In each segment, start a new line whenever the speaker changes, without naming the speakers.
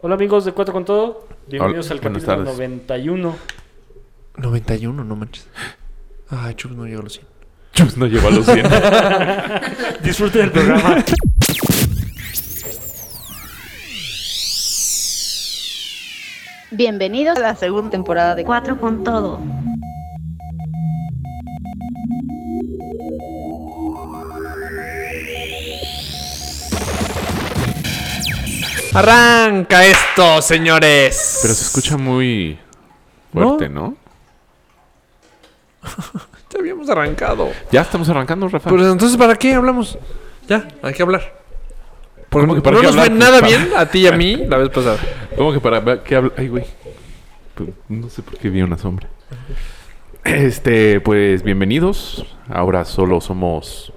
Hola amigos de Cuatro con Todo, bienvenidos
Hola,
al
buenas
capítulo
tardes.
91.
91, no manches. Ay, Chuck no llegó a los 100.
Chus no llegó a los 100.
Disfruten del programa.
Bienvenidos a la segunda temporada de Cuatro con Todo.
¡Arranca esto, señores!
Pero se escucha muy fuerte, ¿no?
Ya habíamos arrancado.
Ya estamos arrancando, Rafa.
Ah, Pero entonces, ¿para qué hablamos? Ya, hay que hablar. Porque
¿Cómo que para
no
qué
nos fue
hablar?
nada
Para-
bien a ti y a mí la vez pasada.
¿Cómo que para qué habla? Ay, güey. Pues, No sé por qué vi una sombra. Este, pues bienvenidos. Ahora solo somos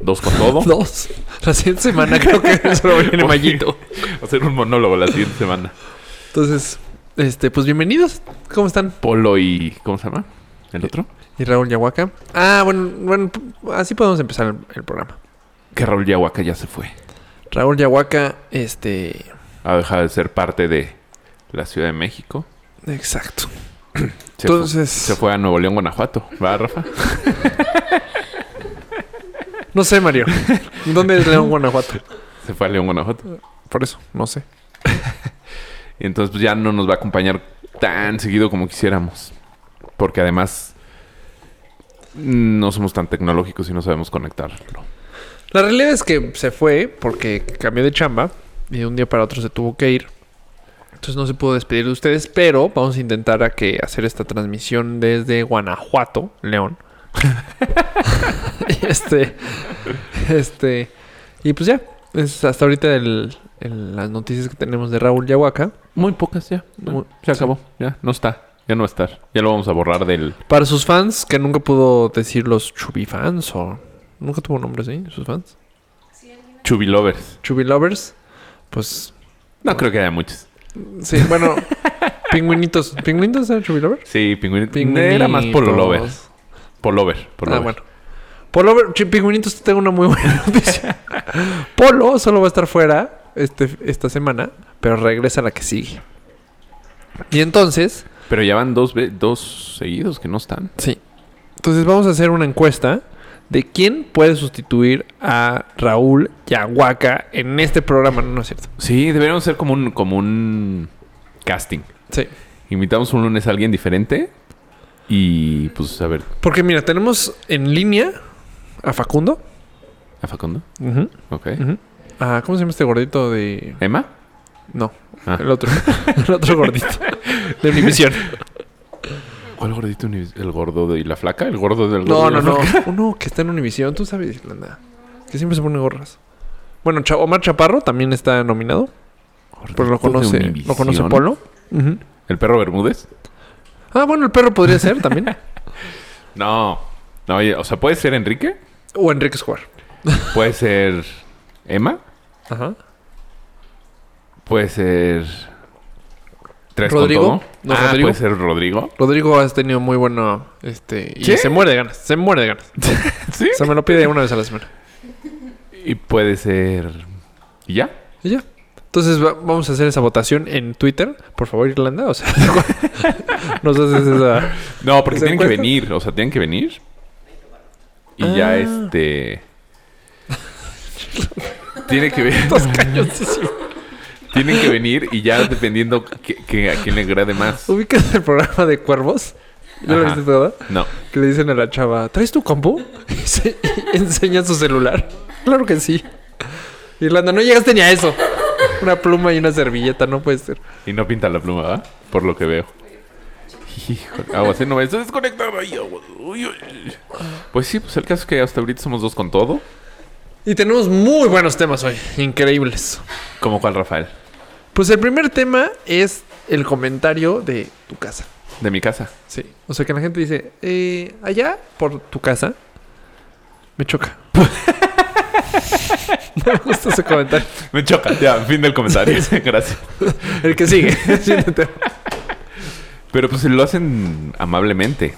dos con todo.
Dos. La siguiente semana creo que solo viene
Porque-
Mayito.
Hacer un monólogo la siguiente semana.
Entonces, este, pues bienvenidos. ¿Cómo están?
Polo y. ¿Cómo se llama? ¿El otro?
Y Raúl Yahuaca. Ah, bueno, bueno, p- así podemos empezar el, el programa.
Que Raúl Yahuaca ya se fue.
Raúl Yahuaca, este.
Ha dejado de ser parte de la Ciudad de México.
Exacto.
Se fue-
Entonces-
se fue a Nuevo León, Guanajuato. ¿Va, Rafa?
No sé, Mario. ¿Dónde es León, Guanajuato?
Se fue a León, Guanajuato.
Por eso, no sé.
Y entonces pues, ya no nos va a acompañar tan seguido como quisiéramos. Porque además mm, no somos tan tecnológicos y no sabemos conectarlo.
La realidad es que se fue porque cambió de chamba y de un día para otro se tuvo que ir. Entonces no se pudo despedir de ustedes, pero vamos a intentar a que hacer esta transmisión desde Guanajuato, León. Y este, este, y pues ya, es hasta ahorita el- el- las noticias que tenemos de Raúl Yahuaca.
Muy pocas ya.
Muy-
se acabó. Ya no está. Ya no va a estar. Ya lo vamos a borrar del...
Para sus fans, que nunca pudo decir los Chubifans o nunca tuvo nombre así, sus fans,
Chubby Lovers.
Chubi Lovers, pues
No creo que haya muchos.
Sí, bueno, pingüinitos. ¿Pingüinitos era Chubilover?
Sí, pingüinito. Era más Polo Lover. Polover.
Ah,
polover.
bueno. Polover, chi- pingüinitos, tengo una muy buena noticia. Polo solo va a estar fuera este, esta semana, pero regresa la que sigue. Y entonces,
Pero ya van dos, ve- dos seguidos que no están.
sí. Entonces vamos a hacer una encuesta de quién puede sustituir a Raúl Yahuaca en este programa, ¿no es cierto?
Sí, deberíamos ser como un, como un casting.
Sí.
Invitamos un lunes a alguien diferente. Y pues a ver,
Porque mira, tenemos en línea a Facundo.
¿a Facundo? Ok.
Ujú. Ah, ¿Cómo se llama este gordito de...?
¿Emma?
No,
Ah.
el otro. el otro gordito. De Univisión.
¿Cuál gordito? Univ- ¿El gordo de- y la flaca? ¿El gordo del gordo?
No,
y la
no, no.
flaca?
Uno que está en Univisión, tú sabes, Irlanda. Que siempre se pone gorras. Bueno, Cha- Omar Chaparro también está nominado. Pero
Gordito
lo
de
conoce, lo
Univisión.
conoce Polo. Ujú.
¿El perro Bermúdez?
Ah, bueno, el perro podría ser también.
No. No, oye, o sea, puede ser Enrique.
o Enrique Escobar.
Puede ser Emma.
Ajá.
Puede ser. ¿Tres
¿Rodrigo?
con todo?
No,
ah,
Rodrigo.
puede ser Rodrigo.
Rodrigo has tenido muy bueno. Este. Y
¿Sí?
se muere de ganas. Se muere de ganas.
Sí.
Se me lo pide una vez a la semana.
Y puede ser. ¿Y ya?
Y ya. Entonces va- vamos a hacer esa votación en Twitter. Por favor, Irlanda. O sea, nos haces esa.
No, porque
¿Se
tienen que
encuesta?
venir. O sea, tienen que venir. Y ya
Ah.
este. Tiene que ver. Tienen que venir y ya dependiendo que, que- a quién le agrade más.
¿Ubicas el programa de Cuervos? ¿Ya lo
Ajá.
viste todo?
No.
Que le dicen a la chava, ¿traes tu compu? Y, se- y enseña su celular. Claro que sí. Irlanda, no llegaste ni a eso. Una pluma y una servilleta, no puede ser.
Y no pinta la pluma, ¿verdad? Por lo que veo. Híjole. Agua, sí, no me está desconectado ahí. agua. Uy, uy. Pues sí, pues el caso es que hasta ahorita somos dos con todo.
Y tenemos muy buenos temas hoy, increíbles.
Como cual Rafael.
Pues el primer tema es el comentario de tu casa.
De mi casa.
Sí. O sea que la gente dice, eh, allá por tu casa, me choca. no me gusta ese comentario.
Me choca. Ya, fin del comentario. Gracias.
El que sigue. Siguiente tema.
Pero pues lo hacen amablemente.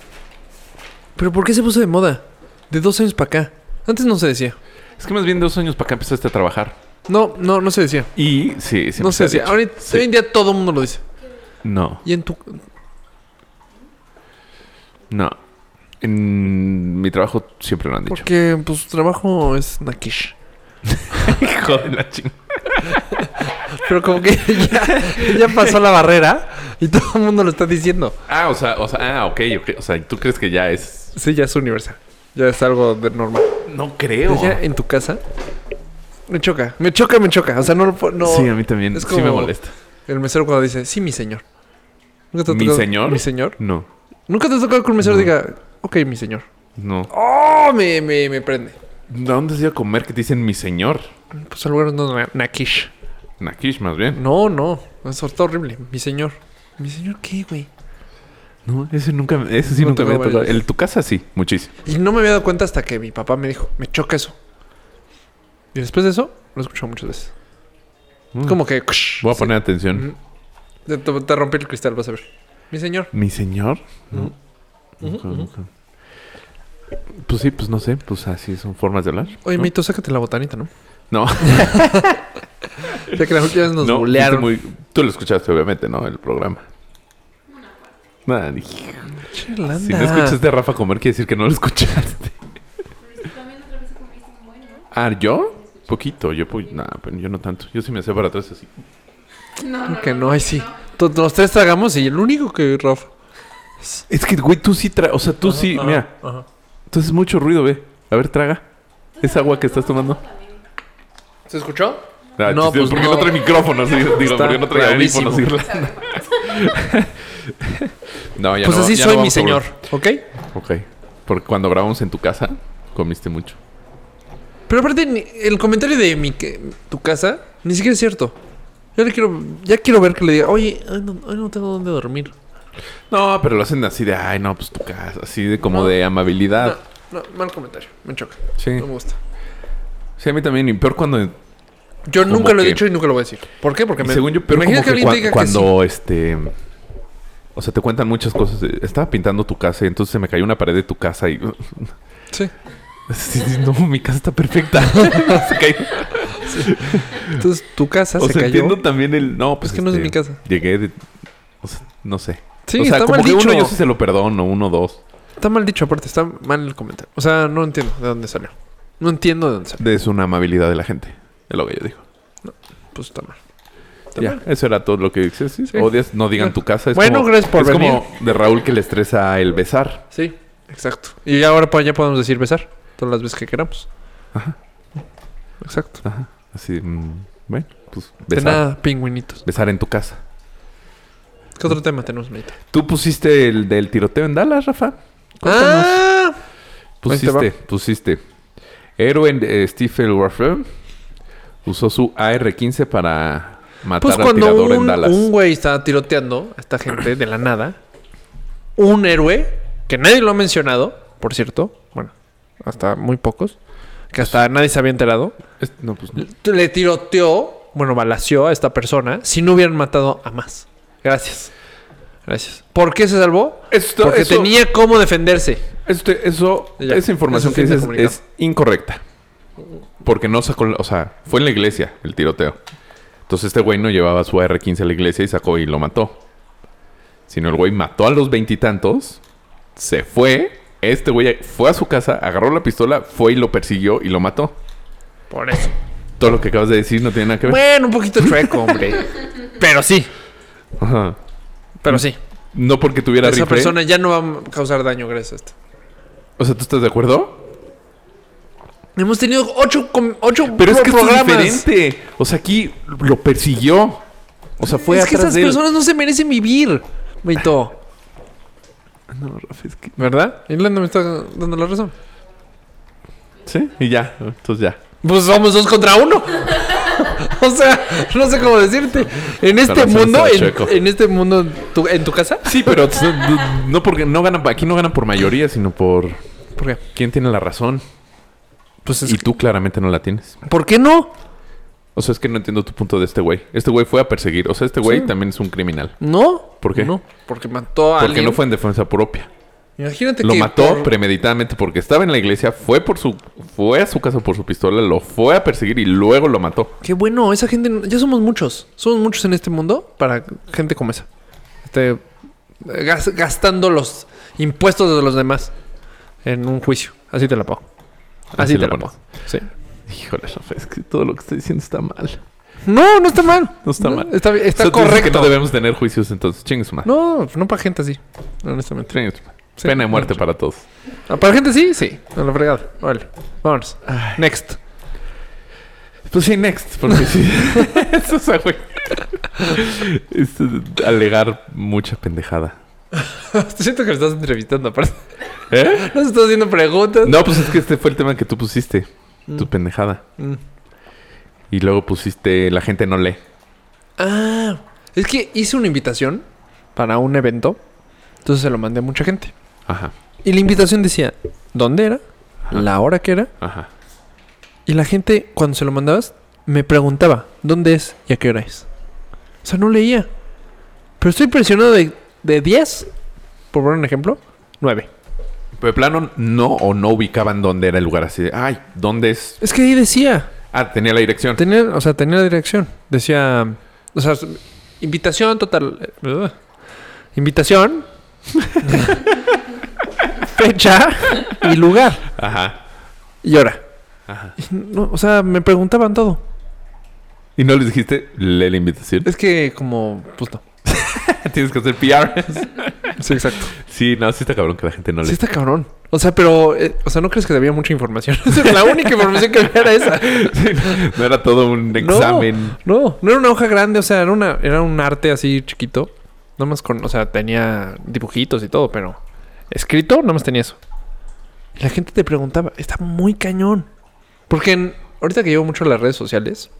¿Pero por qué se puso de moda? De dos años para acá. Antes no se decía.
Es que más bien dos años para acá empezaste a trabajar.
No, no, no se decía.
Y sí, siempre
no
se
se
ha
decía.
dicho.
Ahorita,
Sí.
Hoy en día todo el mundo lo dice.
No,
Y en tu...
no. En mi trabajo siempre lo han dicho.
Porque pues tu trabajo es nakish.
Hijo de la chingada.
Pero como que ya, ya pasó la barrera y todo el mundo lo está diciendo.
Ah, o sea, o sea, ah, ok, ok. O sea, ¿tú crees que ya es...?
Sí, ya es universal. Ya es algo de normal.
No creo.
Ya en tu casa. Me choca, me choca, me choca. O sea, no lo puedo- no.
Sí, a mí también.
Es
Sí me
como-
molesta.
El mesero cuando dice, sí, mi señor. ¿Nunca te ha
¿Mi
tocado-
señor?
Mi señor.
No,
Nunca te has tocado que un mesero
No.
diga, ok, mi señor.
no.
¡Oh! Me, me, me prende.
¿Dónde se iba a comer que te dicen mi señor?
Pues al lugar donde na- nakish.
Nakish, más bien.
No, no. Eso está horrible. Mi señor. ¿Mi señor qué, güey?
No, ese nunca... Ese sí
No
nunca
te
me
lo
había tocado.
vayas.
El de tu casa, sí. Muchísimo.
Y no me había dado cuenta hasta que mi papá me dijo, me choca eso. Y después de eso, lo he escuchado muchas veces.
Mm.
Es como que... ksh,
Voy a
sí.
poner atención.
Te, te- te rompí el cristal, vas a ver. Mi señor.
¿Mi señor? No. Nunca, nunca. Pues sí, pues no sé. Pues así son formas de hablar.
Oye,
¿no?
Mito, sácate la botanita, ¿no?
No.
Ya que la última vez nos
No,
bulearon.
fuiste muy- Tú lo escuchaste, obviamente, ¿no? El programa. Nah, ni- si
Chelanda.
no escuchaste a Rafa comer, quiere decir que no lo escuchaste. Ah, ¿yo? Poquito, yo pues, nada, pero yo no tanto. Yo sí me hacía para atrás así.
Creo que no, ahí sí. To- Los tres tragamos y el único que Rafa.
Es que, güey, tú sí traes, o sea, tú sí, mira,
Ajá.
entonces mucho ruido, ve. A ver, traga. Es agua que estás tomando.
¿Se escuchó?
Ah,
No,
chiste,
pues
porque
no.
no. trae micrófonos, sí, digo,
Está
porque no trae
rarísimo.
audífonos Irlanda. no, ya
Pues
no-
así
ya no
soy, mi
vamos a
señor.
volver.
¿Ok?
Ok. Porque cuando grabamos en tu casa, comiste mucho.
Pero aparte, ni- el comentario de mi, que- tu casa ni siquiera es cierto. Ya le quiero, ya quiero ver que le diga, oye, hoy no, hoy no tengo dónde dormir.
No, pero lo hacen así de, ay, no, pues tu casa, así de como de amabilidad.
No, no, mal comentario. Me choca.
Ah. Sí.
No me gusta.
Sí, a mí también. Y peor cuando. y
Yo
Como
nunca lo he
que-
dicho y nunca lo voy a decir. ¿Por qué? Porque me.
según yo, peor
Imagina
como que,
alguien
cua-
diga
cuando
sí.
este. O sea, te cuentan muchas cosas. de, Estaba pintando tu casa y entonces se me cayó una pared de tu casa y.
Sí.
Sí, sí, no, mi casa está perfecta. se cayó.
Entonces, tu casa
O
Ah, se
sea,
cayó.
entiendo también el. No, pues.
que no es mi casa.
Llegué de. O sea, no sé.
Sí,
o sea,
está
como
mal
que
dicho.
uno yo sí se lo perdono, uno, dos.
Está mal dicho, aparte, está mal el comentario. O sea, no entiendo de dónde salió. No entiendo de dónde salió.
Es una amabilidad de la gente. Es lo que yo digo.
Pues está mal.
Ya, eso era todo lo que dices. Sí, Odias, no digan tu casa. Es
Bueno,
como-
gracias por
Es
venir.
como de Raúl que le estresa el besar.
Sí, exacto. Y ahora pues, ya podemos decir besar todas las veces que queramos. Exacto.
Ajá. Así, mm, bueno, pues
De
besar.
nada, pingüinitos.
Besar en tu casa.
¿Qué
Mm.
otro tema tenemos, Meita?
Tú pusiste el del tiroteo en Dallas, Rafa.
¡Ah!
Pusiste, pusiste. Héroe eh, Stephen Warfare usó su AR-15 para matar
Pues
al
cuando
tirador en
un,
Dallas.
un güey está tiroteando a esta gente de la nada, un héroe, que nadie lo ha mencionado, por cierto, bueno, hasta muy pocos, que hasta nadie se había enterado,
Es- no, pues no.
le tiroteó, bueno, balació a esta persona si no hubieran matado a más. Gracias. Gracias. ¿Por qué se salvó?
Esto-
Porque
eso-
tenía cómo defenderse.
Esto- eso,
Ya,
esa información
eso
que
sí te
dices
comunicamos.
es incorrecta. Porque no sacó, la- o sea, fue en la iglesia el tiroteo. Entonces este güey no llevaba su AR-15 a la iglesia y sacó y lo mató. Sino el güey mató a los veintitantos, se fue, este güey fue a su casa, agarró la pistola, fue y lo persiguió y lo mató.
Por eso.
Todo lo que acabas de decir no tiene nada que ver.
Bueno, un poquito chueco, hombre. Pero sí,
Ajá.
pero sí.
No porque tuviera
Esa
rifle.
persona ya no va a causar daño gracias a esto.
O sea, ¿tú estás de acuerdo?
Hemos tenido ocho, com- ocho
Pero es
pro-
que esto es diferente. O sea, aquí lo persiguió. O sea, fue
es que
atrás
esas
de él.
personas no se merecen vivir, Meito.
No, Rafa, es que...
¿Verdad? Irlanda me está dando la razón.
Sí, y ya, entonces ya.
Pues somos dos contra uno. o sea, no sé cómo decirte. En este
Con razón
mundo,
estaba
en,
chueco.
en este mundo, tu- en tu casa.
Sí, pero t- no- no porque no ganan, aquí no ganan por mayoría, sino por
¿Por qué?
quién tiene la razón.
Pues es
Y tú claramente no la tienes.
¿Por qué no?
O sea, es que no entiendo tu punto de este güey. Este güey fue a perseguir. O sea, este güey también es un criminal.
¿No?
¿Por qué?
No. Porque mató a
Porque
alguien.
no fue en defensa propia.
Imagínate
Lo
que
mató
por-
premeditadamente porque estaba en la iglesia, fue por su fue a su casa por su pistola, lo fue a perseguir y luego lo mató.
Qué bueno, esa gente. no- Ya somos muchos. Somos muchos en este mundo para gente como esa. Este, gas- gastando los impuestos de los demás en un juicio. Así te la pago. Así,
Así
te
la
la
pones.
pago. Sí.
Híjole, Rafa, es que todo lo que estoy diciendo está mal.
No, no está mal.
No está mal.
Está, bien, está
O sea, tú dices que
correcto.
no debemos tener juicios entonces, chingues madre.
No, no para gente así. Honestamente.
Chingue su madre.
Sí.
Pena de muerte para todos.
Ah, Para gente así, sí. A la fregada. Vale. Vámonos. Next.
Pues sí, next, porque sí. Eso es, güey. Es eh, alegar mucha pendejada.
Siento que me estás entrevistando, aparte.
¿Eh?
Nos estás haciendo preguntas.
No, pues es que este fue el tema que tú pusiste. Tu pendejada.
Mm.
Y luego pusiste la gente no lee.
Ah, es que hice una invitación para un evento. Entonces se lo mandé a mucha gente.
Ajá,
Y la invitación decía dónde era, la hora que era.
ajá.
Y la gente, cuando se lo mandabas, me preguntaba dónde es y a qué hora es. O sea, no leía. Pero estoy presionado de, de 10, por poner un ejemplo, 9.
Pero de plano no o no ubicaban dónde era el lugar así de, ay, ¿dónde es?
Es que ahí decía.
Ah, tenía la dirección.
Tenía, o sea, tenía la dirección. Decía, o sea, s- invitación total. eh, ugh. Invitación. fecha y lugar
Ajá.
y hora.
Ajá.
Y no, o sea, me preguntaban todo.
¿Y no les dijiste, lee la invitación?
Es que como, pues no.
Tienes que hacer PR.
Sí, exacto.
sí, no, sí está cabrón que la gente no
Sí
lee.
está cabrón. O sea, pero, eh, o sea, ¿no crees que había mucha información? Esa era la única información que había era esa.
no era todo un examen.
No, no era una hoja grande, o sea, era una, era un arte así chiquito. Nada más con, o sea, tenía dibujitos y todo, pero escrito, nada más tenía eso. Y la gente te preguntaba, está muy cañón. Porque en- ahorita que llevo mucho las redes sociales,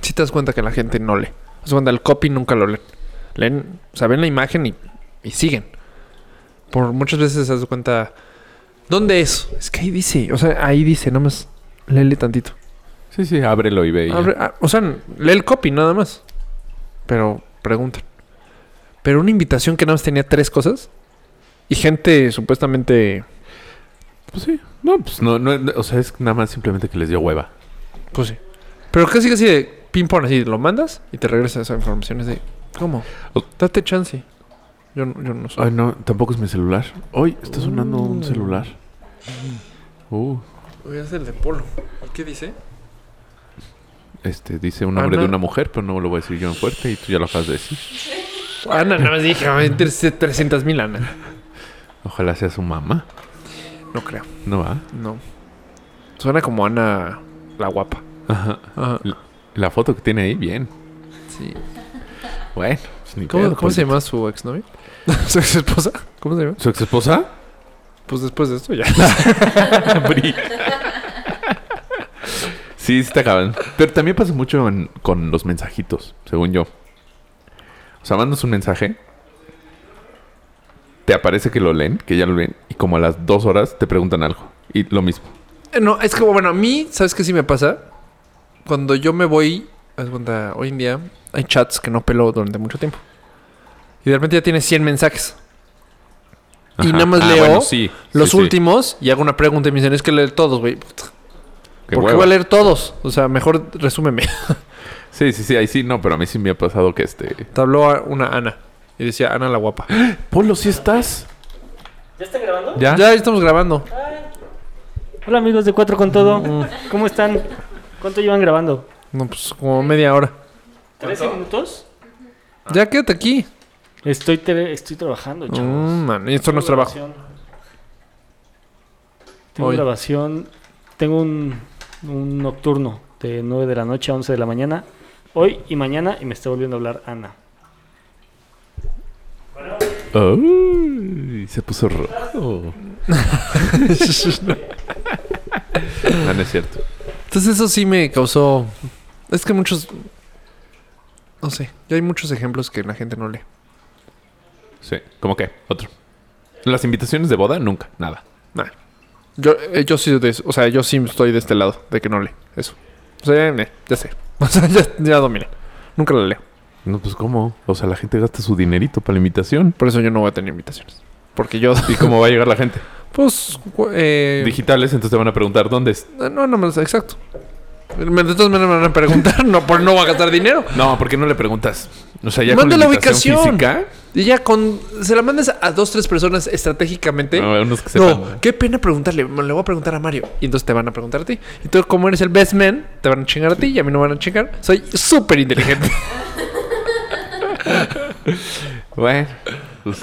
sí te das cuenta que la gente no lee. O sea, cuando el copy nunca lo leen. Leen, o sea, ven la imagen y, y siguen. Por muchas veces se das cuenta, ¿dónde es? Es que ahí dice, o sea, ahí dice, nada más léele tantito.
Sí, sí, ábrelo y ve. y ya.
Abre- ah, o sea, lee el copy nada más. Pero preguntan. Pero una invitación que nada más tenía tres cosas. Y gente supuestamente,
Pues sí. No, pues no, no, no, o sea, es nada más simplemente que les dio hueva.
pues sí. Pero casi casi de ping-pong, así lo mandas y te regresa esa información. Es de, ¿cómo?
O-
Date chance. Yo, no- yo no soy.
Ay, no, tampoco es mi celular. Hoy está sonando un celular. Uh,
es el de Polo. ¿Qué dice?
este, dice un nombre
Ana.
de una mujer, pero no lo voy a decir yo en fuerte y tú ya lo acabas de decir.
Ana, Ah, nada más dije, 300 mil Ana.
Ojalá sea su mamá.
No creo,
No va.
no. Suena como Ana la guapa.
Ajá.
Ajá.
La foto que tiene ahí, bien.
Sí.
Bueno, pues ni
¿Cómo,
pedo,
cómo se
porque-
llama su exnovia? ¿Su ex esposa? ¿Cómo se llama?
¿Su ex esposa?
Pues después de esto ya.
Bri. sí, sí te acaban. Pero también pasa mucho en- con los mensajitos, según yo. O sea, mandas un mensaje, te aparece que lo leen, que ya lo leen, y como a las dos horas te preguntan algo. Y lo mismo.
Eh, No, es que bueno, a mí, ¿sabes qué sí me pasa? Cuando yo me voy, haz cuenta, hoy en día hay chats que no pelo durante mucho tiempo. Y de repente ya tienes 100 mensajes. Y
Ajá.
nada más
Ah,
leo
bueno, sí,
los
sí, sí.
últimos y hago una pregunta y me dicen, es que leer todos, güey. Puta,
Qué
¿Por qué
hueva.
voy a leer todos? O sea, mejor resúmeme.
Sí, sí, sí, ahí sí, no, pero a mí sí me ha pasado que este.
Te habló a- una Ana y decía, Ana la guapa.
Polo, ¿sí estás?
¿Ya están grabando?
¿Ya?
Ya estamos grabando.
Hola amigos de Cuatro con Todo.
Mm.
¿Cómo están? ¿Cuánto llevan grabando?
No, pues como media hora.
¿Trece minutos?
Ya quédate aquí.
Estoy, te- estoy trabajando, chavos.
Mm, man, y esto no es trabajo.
Tengo
Hoy.
grabación. Tengo un, un nocturno de 9 de la noche a 11 de la mañana. Hoy y mañana, y me está volviendo a hablar Ana.
Ay, se puso rojo. Ah, no es cierto.
Entonces eso sí me causó... Es que muchos... No sé, ya hay muchos ejemplos que la gente no lee.
Sí, ¿cómo qué? Otro. Las invitaciones de boda, nunca, nada.
Nah. Yo, eh, yo sí, de- o sea, yo sí estoy de este lado, de que no lee eso. O sea, ya, eh, ya sé. O sea, ya, ya dominé. Nunca la leo.
No, pues cómo. O sea, la gente gasta su dinerito para la invitación.
Por eso yo no voy a tener invitaciones. Porque yo,
¿Y cómo va a llegar la gente?
pues, gu- eh,
Digitales, entonces te van a preguntar dónde es.
no, no, no, exacto. Me- De todas maneras me van a preguntar, no, por no va a gastar dinero.
No, ¿por qué no le preguntas? O sea, ya
Manda
con
la
limitación
ubicación.
física,
Y ya con, se la mandas a dos, tres personas estratégicamente.
No, unos que
No,
sepan.
qué pena preguntarle. me- Le voy a preguntar a Mario. Y entonces te van a preguntar a ti. Y tú, como eres el best man, te van a chingar a ti y a mí no me van a chingar. Soy súper inteligente.
Bueno, pues,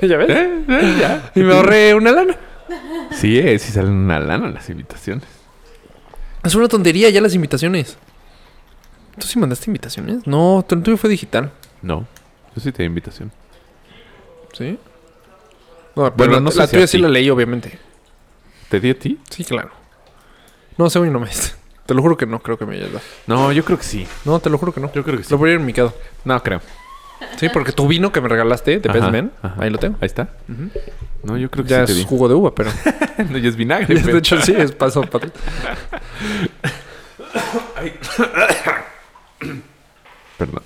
¿Ya ves?
eh, eh, ya.
Y me ahorré una lana.
Sí, eh, sí salen una lana las invitaciones.
Es una tontería ya las invitaciones. ¿Tú sí mandaste invitaciones? No, tu el tuyo fue digital.
No, yo sí te di invitación.
¿Sí? No, pero
Bueno,
la,
no sé
la
si a
tuya sí
ti.
la leí, obviamente.
¿Te di a ti?
Sí, claro. No, según yo no me diste. Te lo juro que no, creo que me hayas dado.
No, yo creo que sí.
No, te lo juro que no.
Yo creo que sí.
Lo voy a ir en mi cado.
No, creo.
Sí, porque tu vino que me regalaste de
Ajá,
Best Man,
ajá.
ahí lo tengo.
Ahí está.
Ujú.
No, yo creo que
Ya
sí te
es
di.
jugo de uva, pero.
No, ya es vinagre.
de
pero-
hecho, sí, es paso para
Perdón.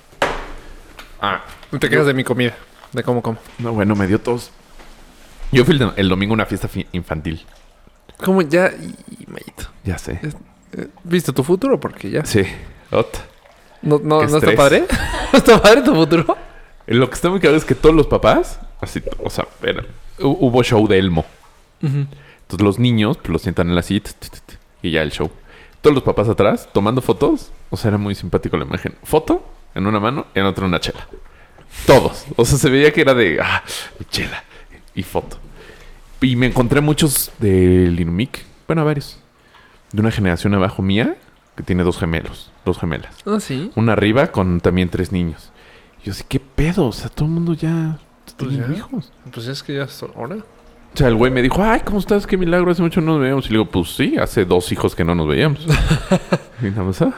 Ah,
No te quedas de mi comida, de cómo como.
no, bueno, me dio tos. Yo fui el, dom- el domingo a una fiesta fi- infantil.
Como ya, y, mallito.
Ya sé.
¿Viste tu futuro? Porque ya.
Sí. Ot.
¿No, no,
Qué
¿no está
estrés.
padre? ¿No está padre tu futuro?
Lo que está muy claro es que todos los papás, así, o sea, era- hu- hubo show de Elmo. Entonces los niños pues, los sientan en la silla t- t- t- y ya el show. Todos los papás atrás tomando fotos. O sea, era muy simpático la imagen. Foto en una mano, en otra una chela. Todos. O sea, se veía que era de ah, chela y foto. Y me encontré muchos del Inumic. Bueno, varios. De una generación abajo mía que tiene dos gemelos, dos gemelas
Ah, sí.
una arriba con también tres niños. Y yo sí, ¿qué pedo? O sea, todo el mundo ya
Pues
tiene
ya.
hijos.
Pues es que ya es hora.
O sea, el güey me dijo, ay, ¿cómo estás? Qué milagro, hace mucho no nos veíamos. Y le digo, pues sí, hace dos hijos que no nos veíamos. y nada más, "Ah".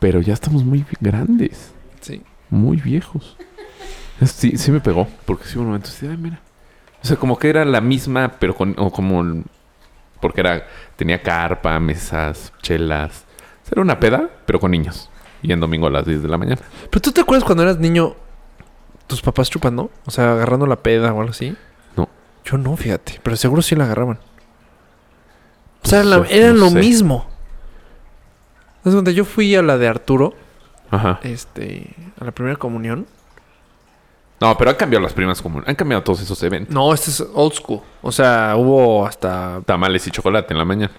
Pero ya estamos muy vi- grandes,
Sí.
muy viejos. Es- Sí, sí me pegó, porque sí hubo un momento, sí, ay, mira. O sea, como que era la misma, pero con, o como, el- porque era, tenía carpa, mesas, chelas. O sea, era una peda, pero con niños. Y en domingo a las 10 de la mañana.
¿Pero tú te acuerdas cuando eras niño, tus papás chupando? O sea, agarrando la peda o algo así.
No.
Yo no, fíjate. Pero seguro sí la agarraban. O sea,
Pues,
la-
no
era lo
sé.
mismo. Es donde yo fui a la de Arturo,
Ajá.
este, a la primera comunión.
No, pero han cambiado las primas comunes. Han cambiado todos esos eventos.
No, este es old school. O sea, hubo hasta,
Tamales y chocolate en la mañana.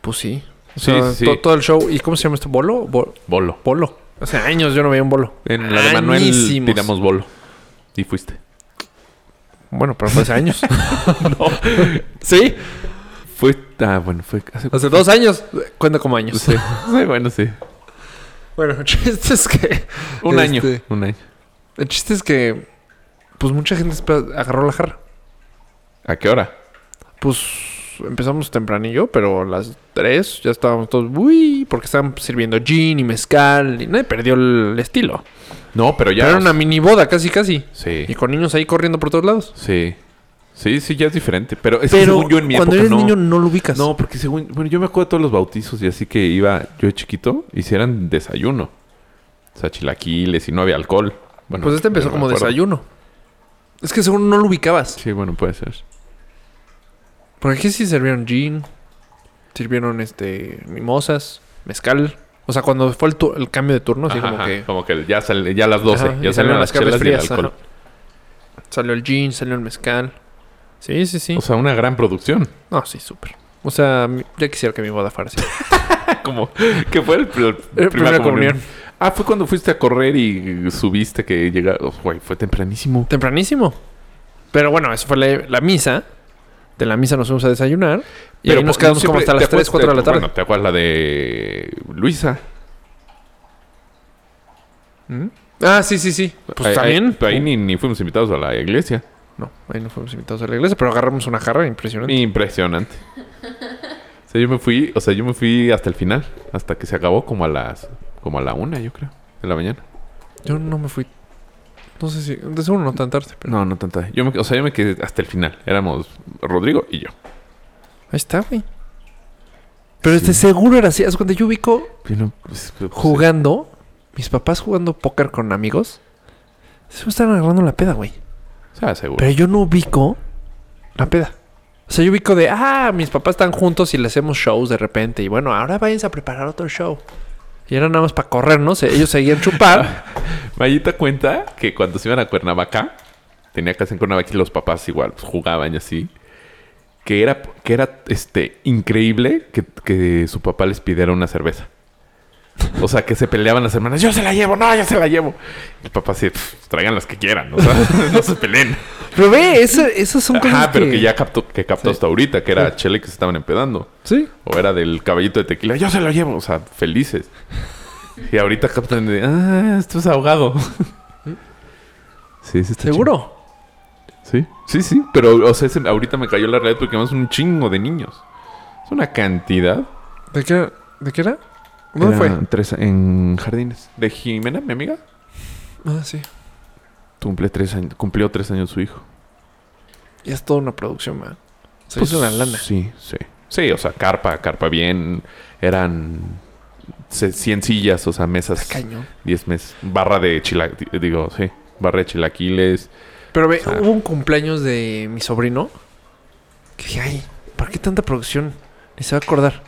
pues sí. O
Sí,
sea,
sí,
to-
sí.
todo el show. ¿Y cómo se llama esto? ¿Bolo? Bo-
Bolo.
Bolo. Hace años yo no veía un bolo.
En la de Manuel
Añísimos.
tiramos bolo. Y fuiste.
Bueno, pero fue hace años.
No.
¿Sí?
Fue. Ah, bueno, fue hace.
Hace dos años. Cuenta como años.
Sí. Sí, bueno, sí.
Bueno, el chiste es que.
Un año.
este,
Un año.
El chiste es que. Pues mucha gente espe- agarró la jarra.
¿A qué hora?
Pues empezamos tempranillo, pero a las 3 ya estábamos todos. Uy, porque estaban sirviendo gin y mezcal. Y nadie perdió el estilo.
No, pero ya.
Pero era una mini boda, casi, casi.
Sí.
Y con niños ahí corriendo por todos lados.
Sí. Sí, sí, ya es diferente. Pero es que
Pero
según yo en mi
cuando
época
eres
no.
niño no lo ubicas.
No, porque según. Bueno, yo me acuerdo de todos los bautizos y así que iba yo de chiquito, hicieran desayuno. O sea, chilaquiles y no había alcohol. Bueno,
pues este empezó
yo Ah, no me
como
acuerdo.
desayuno. Es que según no lo ubicabas.
Sí, bueno, puede ser.
Porque aquí sí sirvieron gin, sirvieron este mimosas, mezcal. O sea, cuando fue el, tu- el cambio de turno, así
Ajá,
como
ajá,
que
ya, sal- ya a las 12,
Ajá,
ya salieron las chelas y el alcohol.
ajá. Salió el gin, salió el mezcal. Sí, sí, sí.
O sea, una gran producción.
no, sí, súper. O sea, mi- ya quisiera que mi boda fuera así.
Como que fue el, pr-
Era
primera,
Eh, primera
comunión.
comunión.
Ah, fue cuando fuiste a correr y subiste que llegaste. Güey, fue tempranísimo.
Tempranísimo. Pero bueno, eso fue la, la misa. De la misa nos fuimos a desayunar. Y ahí
po-
nos
no
quedamos como
pues, siempre-
hasta
¿te
las 3,
acuerdas
4 de la tarde.
Bueno, ¿te acuerdas la de Luisa?
Ah, sí, sí, sí. Pues
Ahí- Ahí,
también.
pero ahí ni, ni fuimos invitados a la iglesia.
No, ahí no fuimos invitados a la iglesia, pero agarramos una jarra impresionante.
Impresionante. O sea, yo me fui, o sea, yo me fui hasta el final, hasta que se acabó como a las, como a la una, yo creo, de la mañana.
Yo no me fui. No sé si. De seguro no tan tarde, pero.
No, no tanta. Yo me, o sea, yo me quedé hasta el final. Éramos Rodrigo y yo.
Ahí está, güey. Pero este seguro era así. Es cuando yo ubico
Pero, pues, pues,
jugando. Mis papás jugando póker con amigos. Se estaban agarrando la peda, güey.
Sí. sea, seguro.
Pero yo no ubico la peda. O sea, yo ubico de, ah, mis papás están juntos y le hacemos shows de repente. Y bueno, ahora váyanse a preparar otro show. Y era nada más para corrernos. Ellos seguían chupar.
Mayita cuenta que cuando se iban a Cuernavaca, tenía casa en Cuernavaca y los papás igual pues, jugaban y así. Que era, que era este, increíble que, que su papá les pidiera una cerveza. O sea, que se peleaban las hermanas. Yo se la llevo, no, yo se la llevo. Y el papá así, "Pff, traigan las que quieran. O sea, no se peleen.
Pero ve, eso, esas son cosas
Ajá, pero que ya captó, que captó hasta ahorita, que era Chele que se estaban empedando.
Sí.
O era del caballito de tequila. Yo se lo llevo. O sea, felices. Y ahorita captan de... Ah, esto es ahogado. Sí, sí está
¿Seguro?
chido. Sí. Sí, sí. Pero, o sea, ese- ahorita me cayó la red porque vamos un chingo de niños. Es una cantidad.
¿De qué, ¿De qué era? ¿Dónde
Era
fue?
Tres, en jardines. De Jimena, mi amiga.
Ah, sí.
Cumple tres años, cumplió tres años su hijo.
Y es toda una producción, man. Se
Pues,
hizo una lana.
Sí, sí. Sí, o sea, carpa, carpa bien. Eran se- 100 sillas, o sea, mesas.
Cañón.
10 meses. Barra de chilaquiles. Digo, sí. Barra de chilaquiles.
Pero ve,
O sea-
hubo un cumpleaños de mi sobrino. Que dije, ay, ¿para qué tanta producción? Ni se va a acordar.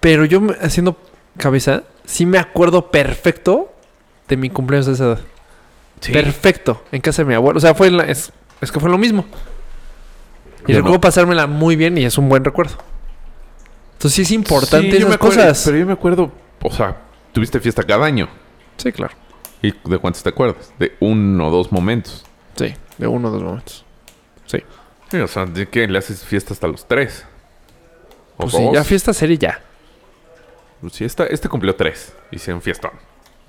Pero yo me- haciendo cabeza, sí me acuerdo perfecto de mi cumpleaños de esa edad. Perfecto. En casa de mi abuelo. O sea, fue en la- es, es que fue lo mismo. Y
Yo
recuerdo
no.
pasármela muy bien y es un buen recuerdo. Entonces sí es importante
Sí, yo
esas
me acuerdo-
cosas.
Pero yo me acuerdo, o sea, tuviste fiesta cada año.
Sí, claro.
¿Y de cuántos te acuerdas? De uno o dos momentos.
Sí, de uno o dos momentos.
Sí, o sea, ¿de qué? Le haces fiesta hasta los tres. O
Pues sí,
dos.
ya fiesta serie ya.
Pues sí, esta- este cumplió tres. Hicieron fiesta.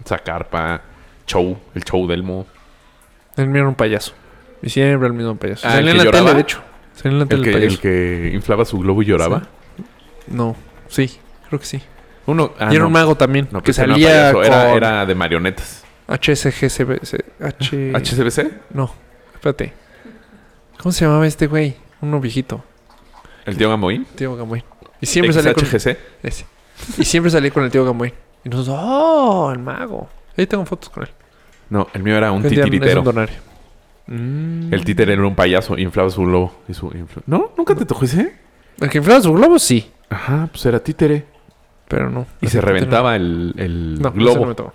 O sea, carpa, show, el show del mo.
El mío era un payaso. Y siempre el mismo payaso.
Ah,
Salía
¿el que
en la
lloraba?
tele, de hecho. Salía en la
El
tele
que,
el payaso.
el que inflaba su globo y lloraba.
No, sí, creo que sí.
Uno. ah,
y era
no.
un mago también.
No,
que
pues, era
salía
payaso,
con
era, era de marionetas.
HSGCB. H...
¿HCBC?
No, espérate. ¿Cómo se llamaba este güey? Uno viejito.
¿El tío Gamoín?
Tío Gamoy. Y siempre salía con...
HGC.
Ese. Y siempre salía con el tío Gamoy. Y nosotros, ¡oh, el mago! Ahí tengo fotos con él.
No, el mío era un
Hoy en día Es
titiritero. Mm.
un donario.
El títere era un payaso, inflaba su globo. y su infla- ¿No? ¿Nunca te tocó ese?
El que inflaba su globo, sí.
Ajá, pues era títere.
Pero no.
Y se reventaba el, el
No, ese no
globo.
me tocó.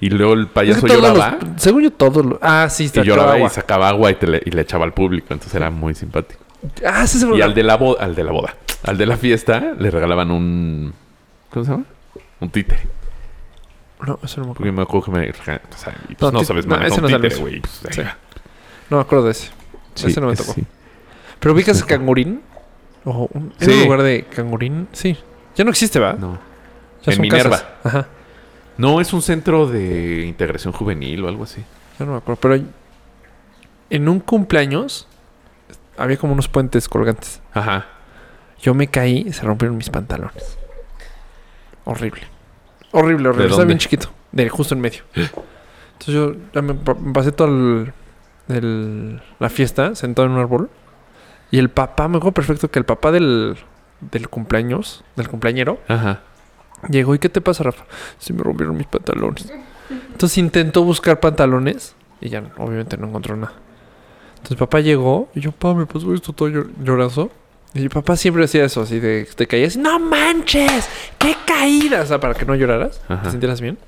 y luego el
Es que
payaso
todos
lloraba.
los- según yo, todos los. Ah, sí,
Y
sacaba
lloraba
agua.
y sacaba agua y, te le, y le echaba al público. Entonces era muy simpático.
Ah, sí, se
Y al de la boda, al de la boda, al de la fiesta, le regalaban un. ¿Cómo se llama? Un títere.
No, eso no me acuerdo.
Porque me acuerdo que me. rega- O sea, y, pues,
No,
no,
tí-
sabes
no,
manejar
ese
un
no
títere,
sabes.
güey. Pues,
Sí.
venga.
No me acuerdo de ese.
Sí,
ese no me
ese
tocó.
sí.
Pero ubicas a Cangurín. O un, era
Sí.
un lugar de Cangurín. Sí. Ya no existe, ¿va?
No.
Ya
En
son
Minerva.
casas. Ajá.
No, es un centro de integración juvenil o algo así.
Ya no me acuerdo. Pero en un cumpleaños había como unos puentes colgantes.
Ajá.
Yo me caí y se rompieron mis pantalones. Horrible. Horrible, horrible.
¿De
Estaba
dónde? ¿Eh?
bien chiquito. De justo en medio. Entonces yo ya me, pa- me pasé toda el- el- la fiesta sentado en un árbol. Y el papá, me acuerdo perfecto que el papá del, del cumpleaños, del cumpleañero,
Ajá.
llegó y ¿qué te pasa, Rafa? Se me rompieron mis pantalones. Entonces intentó buscar pantalones y ya obviamente no encontró nada. Entonces papá llegó y yo, papá, me pasó esto todo llor- llorazo. Y papá siempre hacía eso, así de te caías, no manches, qué caída, o sea, para que no lloraras,
Ajá.
te sintieras bien.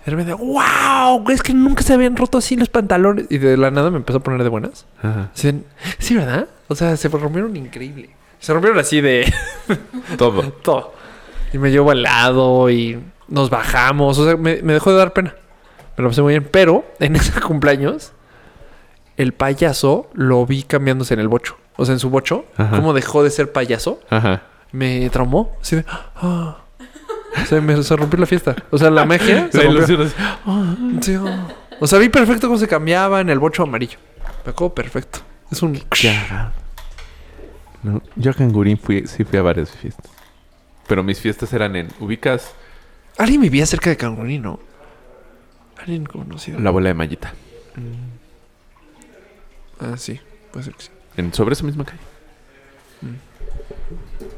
Y de repente, wow, es que nunca se habían roto así los pantalones. Y de la nada me empezó a poner de buenas.
Ajá.
Así de, sí, ¿verdad? O sea, se rompieron increíble. Se rompieron así de...
Todo.
todo. Y me llevó al lado y nos bajamos. O sea, me, me dejó de dar pena. Me lo pasé muy bien. Pero en ese cumpleaños, el payaso lo vi cambiándose en el bocho. O sea, en su bocho.
Ajá.
Como dejó de ser payaso,
Ajá.
me traumó. Así de. "Ah". O sea, me, se rompió la fiesta. O sea, la magia. se
La
rompió.
ilusión es-
Sí, ah. O sea, vi perfecto cómo se cambiaba en el bocho amarillo. Me acuerdo perfecto. Es un.
No, yo a Cangurín fui, sí fui a varias fiestas. Pero mis fiestas eran en. Ubicas
Alguien vivía cerca de Cancún, ¿no? Alguien conocido.
la bola de mallita.
Ah, sí. Puede ser que sí.
En, sobre esa misma calle.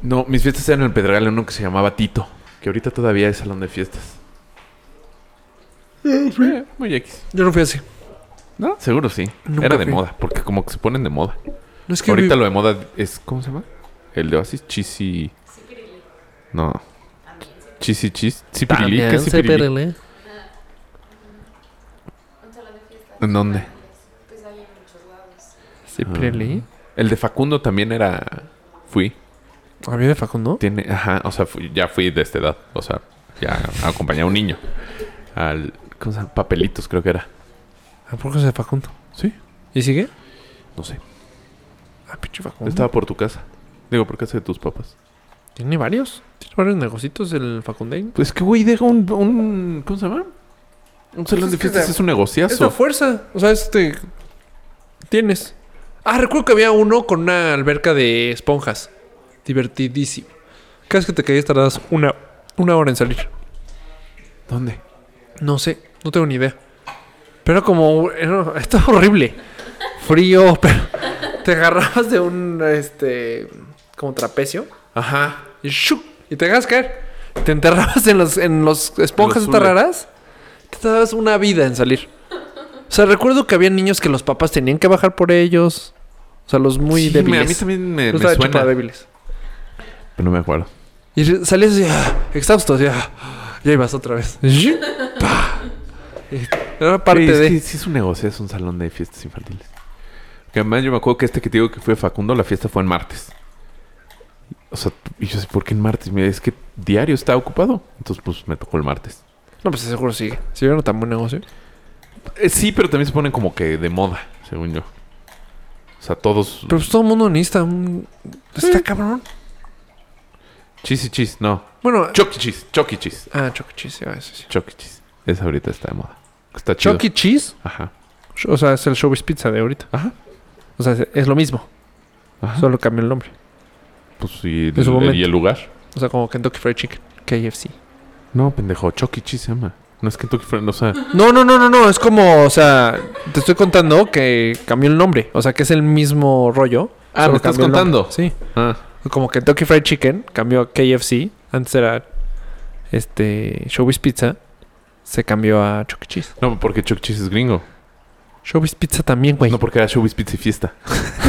No, mis fiestas eran en el Pedregal, en uno que se llamaba Tito. Que ahorita todavía es salón de fiestas. Eh, Muy X.
Yo no fui así.
No, seguro sí.
Nunca
Era de
fui.
moda, porque como que se ponen de moda.
No es que
Ahorita
vi-
lo de moda es. ¿Cómo se llama? El de Oasis, Chisi. No. Chisi, Chis. Cipirili. ¿Qué
También,
es Cipirili?
CPRL.
¿En dónde?
CPRL.
El de Facundo también era. Fui.
¿Había Ah, de Facundo?
Tiene. Ajá. O sea, fui- ya fui de esta edad. O sea, ya acompañé a un niño. Al. ¿Cómo se llama? Papelitos, creo que era.
¿A poco es de Facundo?
Sí.
¿Y sigue?
No sé.
Ah, pinche Facundo.
Estaba por tu casa. Digo, por casa de tus papás.
Tiene varios. Tiene varios negocitos el Facundein.
Pues que, güey, deja un, un- ¿Cómo se llama? Un salón
Pues es
de
que
fiestas
sea-
es un
Es la
negociazo.
fuerza. O sea, este. Tienes. Ah, recuerdo que había uno con una alberca de esponjas. Divertidísimo. Cada vez que te caías tardabas una, una hora en salir.
¿Dónde?
No sé, no tengo ni idea. Pero como. Era, estaba horrible. Frío, pero. Te agarrabas de un. Este. Como trapecio.
Ajá.
Y, ¡shuk! y te dejas caer. Te enterrabas en los, en los esponjas
Los
estas
hule.
raras. Te tardabas una vida en salir. O sea, recuerdo que había niños que los papás tenían que bajar por ellos. O sea, los muy
Sí, me-
débiles.
a mí también me,
Los
me
estaba hecho para
suena.
débiles.
Pero no me acuerdo.
Y re- salías así, ah, exhausto, así, ah, ya ibas otra vez. Y, pa. Y Era parte
Güey, es
de...
que sí es un negocio, es un salón de fiestas infantiles. Que además yo me acuerdo que este que te digo que fue Facundo, la fiesta fue en martes. O sea, y yo sé, ¿por qué en martes? Mira, es que diario está ocupado. Entonces, pues me tocó el martes.
No, pues seguro sigue. Si vieron tan buen negocio.
Eh, sí, pero también se ponen como que de moda, según yo. O sea, todos.
Pero pues todo el mundo necesita un... Está cabrón.
Chis y chis, no.
Bueno...
Chucky cheese, Chucky cheese.
ah, Chucky Cheese. iba a decir, sí.
Chucky cheese. Esa ahorita está de moda. Está chido.
Chucky E. Cheese.
Ajá.
O sea, es el Showbiz Pizza de ahorita.
Ajá.
O sea, es- es lo mismo.
Ajá.
Solo cambió el nombre.
Pues y,
En su
el-
momento.
y el lugar.
O sea, como Kentucky Fried Chicken. KFC.
No, pendejo. Chucky cheese se llama. No es Kentucky Fried, o sea.
No, no, no, no, no. Es como, o sea, te estoy contando que cambió el nombre. O sea, que es el mismo rollo.
Ah,
solo
¿me estás
cambió el nombre.
contando?
Sí.
Ah.
Como Kentucky Fried Chicken cambió a KFC. Antes era este Showbiz Pizza. Se cambió a Chuck E. Cheese.
No, porque Chuck Cheese es gringo.
Showbiz Pizza también, güey.
No, porque era Showbiz Pizza y Fiesta.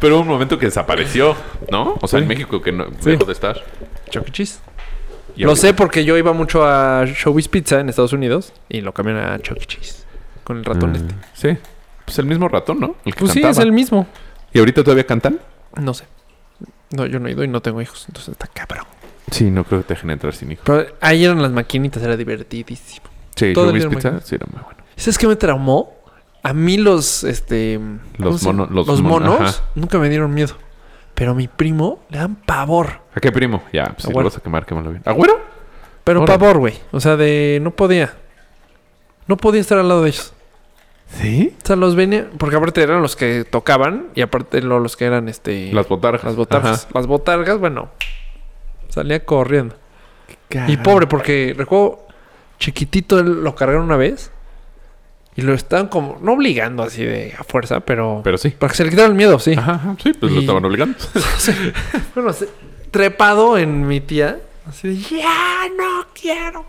Pero hubo un momento que desapareció, ¿no? O sea, en México que no
Sí.
dejó de estar.
Chuck E. Cheese.
Y
lo
ahorita-
sé porque yo iba mucho a Showbiz Pizza en Estados Unidos y lo cambiaron a Chuck E. Cheese. Con el ratón
Ah,
este.
Sí. Pues el mismo ratón, ¿no? El que
Pues
cantaba.
sí, es el mismo.
¿Y ahorita todavía cantan?
No sé. No, yo no he ido y no tengo hijos, entonces está cabrón.
Sí, no creo que te dejen entrar sin hijo.
Pero ahí eran las maquinitas, era divertidísimo.
Sí,
Todo el
Showbiz
día era
Pizza
muy-
sí era muy bueno.
¿Sabes qué me traumó? A mí los, este... ¿cómo se-
mono- los mon-
monos
ajá.
nunca me dieron miedo. Pero a mi primo le dan pavor.
¿A qué primo? Ya, pues si lo
Agüero.
vas a quemar, quémalo bien. ¿Agüero?
Pero
Órale.
pavor, güey. O sea, de... No podía. No podía estar al lado de ellos.
¿Sí?
O sea, los venía... Porque aparte eran los que tocaban y aparte lo- los que eran, este...
Las botargas.
las botargas.
Ajá.
Las botargas, bueno... Salía corriendo. Y
Caray.
pobre, porque recuerdo chiquitito él lo cargaron una vez y lo estaban como, no obligando así de a fuerza, pero,
Pero sí.
para que se le quitara el miedo, sí.
Ajá, ajá, sí, pues lo
Y-
estaban obligando.
Sí. bueno, así, trepado en mi tía, así de, ya no quiero.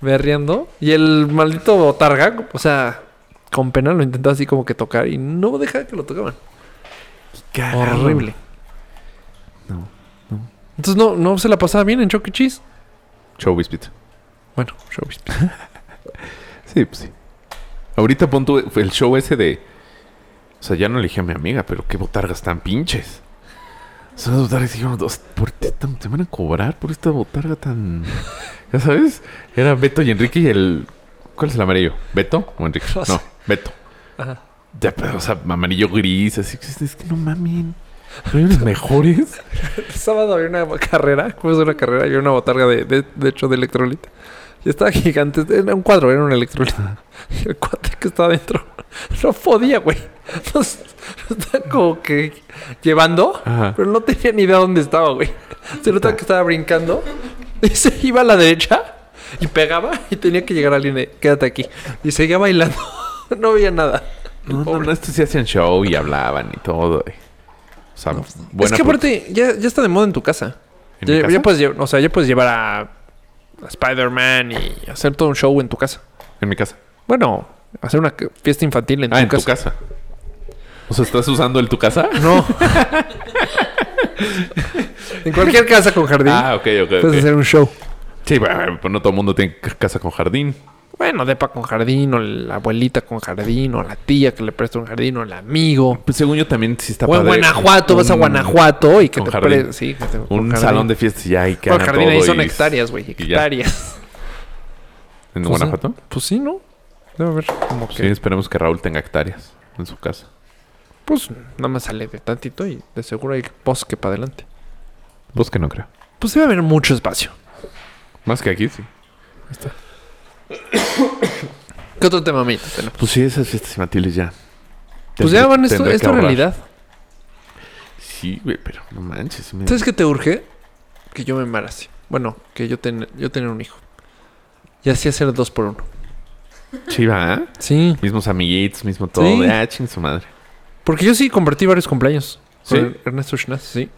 Berriendo. Y el maldito botarga, o sea, con pena lo intentó así como que tocar y no dejaba que lo tocaban. Horrible.
Ah, No, no.
Entonces no, no se la pasaba bien en Chuck E. Cheese.
Showbiz Pizza.
Bueno, showbiz.
Sí, pues sí. Ahorita pon tú el show ese de. O sea, ya no elegí a mi amiga, pero qué botargas tan pinches. Son las botargas que dijeron, "Dos- ¿por qué tan- te van a cobrar por esta botarga tan. Ya sabes? Era Beto y Enrique y el. ¿Cuál es el amarillo? ¿Beto o Enrique?
No sé.
No, Beto.
Ajá.
Ya, pero, o sea, amarillo gris, así que es que no mamen. ¿No hay unos mejores?
El sábado había una carrera, ¿cómo es una carrera? Había una botarga de, de, de hecho de electrolita. Y estaba gigante, era un cuadro, era un electrolita. Y el cuate que estaba adentro no podía, güey. Nos, nos estaba como que llevando,
Ajá.
pero no tenía ni idea dónde estaba, güey. Se nota que estaba brincando y se iba a la derecha y pegaba y tenía que llegar alguien de quédate aquí. Y seguía bailando, no veía nada. El
No, no,
pobre.
no, estos sí hacían show y hablaban y todo. eh. O sea, buena
pues, es que
pro-
aparte, ya, ya está de moda en tu casa.
¿En
ya,
mi
ya
casa?
puedes llevar, o sea, ya puedes llevar a, a Spider-Man y hacer todo un show en tu casa.
En mi casa.
Bueno, Hacer una c- fiesta infantil en,
Ah,
tu,
en
casa.
tu casa. O sea, ¿estás usando el tu casa?
No. en cualquier casa con jardín.
Ah, ok, ok. ok.
puedes hacer un show.
Sí, bueno, pues no todo el mundo tiene ca- casa con jardín.
Bueno, depa con jardín, o la abuelita con jardín, o la tía que le presta un jardín, o el amigo.
Pues según yo también sí está
o en
padre.
Guanajuato, vas a
Un-
Guanajuato y que
con
te
jardín.
pre- sí, que te- con
Un
jardín.
salón de fiestas y ya hay que
Bueno, jardín ahí son hectáreas, güey. Hectáreas.
¿En
Pues,
Guanajuato?
Pues sí, ¿no? Debe haber como que.
Sí, esperemos que Raúl tenga hectáreas en su casa.
Pues nada más sale de tantito y de seguro hay bosque para adelante.
Pues que no creo.
Pues debe haber mucho espacio.
Más que aquí, sí.
¿Qué otro tema, amiguito, tenemos?
Pues sí, esas fiestas infantiles ya.
Pues
Tendré-
ya van, esto
tendré
es
que ahorrar.
realidad.
Sí, güey, pero no manches. sí me-
¿Sabes qué te urge? Que yo me embarase. Bueno, que yo, ten, yo tener un hijo. Y así hacer dos por uno.
Sí, va, ¿eh?
Sí.
Mismos amiguitos, mismo todo.
Sí.
De, ah, ching su madre.
Porque yo sí compartí varios cumpleaños.
¿Sí?
Con Ernesto Schnaz, sí.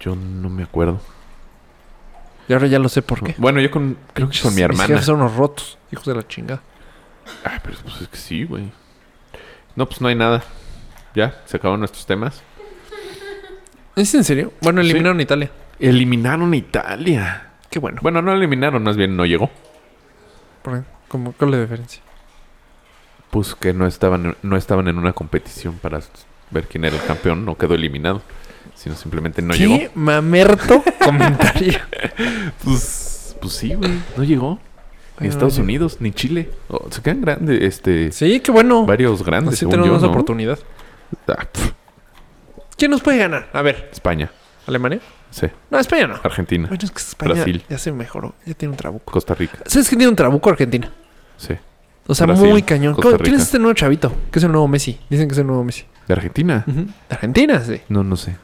Yo no me acuerdo.
Y ahora ya lo sé por qué.
Bueno, yo con, creo que con mi
Mis
hermana.
jefes son unos rotos. Hijos de la chingada.
Ah, pero pues es que sí, güey. No, pues no hay nada. Ya, se acabaron nuestros temas.
¿Es en serio? Bueno,
Sí.
eliminaron Italia.
Eliminaron a Italia.
Qué bueno.
Bueno, no eliminaron, más bien no llegó.
¿Por qué? ¿Cómo- ¿Cuál es la diferencia?
Pues que no estaban, no estaban en una competición para ver quién era el campeón, no quedó eliminado. Sino simplemente no
¿Qué
llegó.
mamerto comentario?
Pues, pues sí, güey. No llegó. Ni
Bueno,
Estados
no llegó.
Unidos, ni Chile. Oh, se quedan grandes, este.
sí, qué bueno.
Varios grandes,
Así
según
tenemos
yo,
más
¿no?
oportunidad.
Ah, pf,
¿Quién nos puede ganar? A ver,
España,
¿Alemania?
sí.
No, España no.
Argentina,
Bueno, es que España
Brasil.
ya se mejoró. Ya tiene un trabuco.
Costa Rica,
¿Sabes quién tiene un trabuco Argentina?
sí.
O sea,
Brasil,
muy cañón.
Costa
¿Cómo- ¿Quién es
Rica.
este nuevo chavito? Que es el nuevo Messi. Dicen que es el nuevo Messi.
¿De Argentina?
Ujú. Argentina, sí.
No, no sé.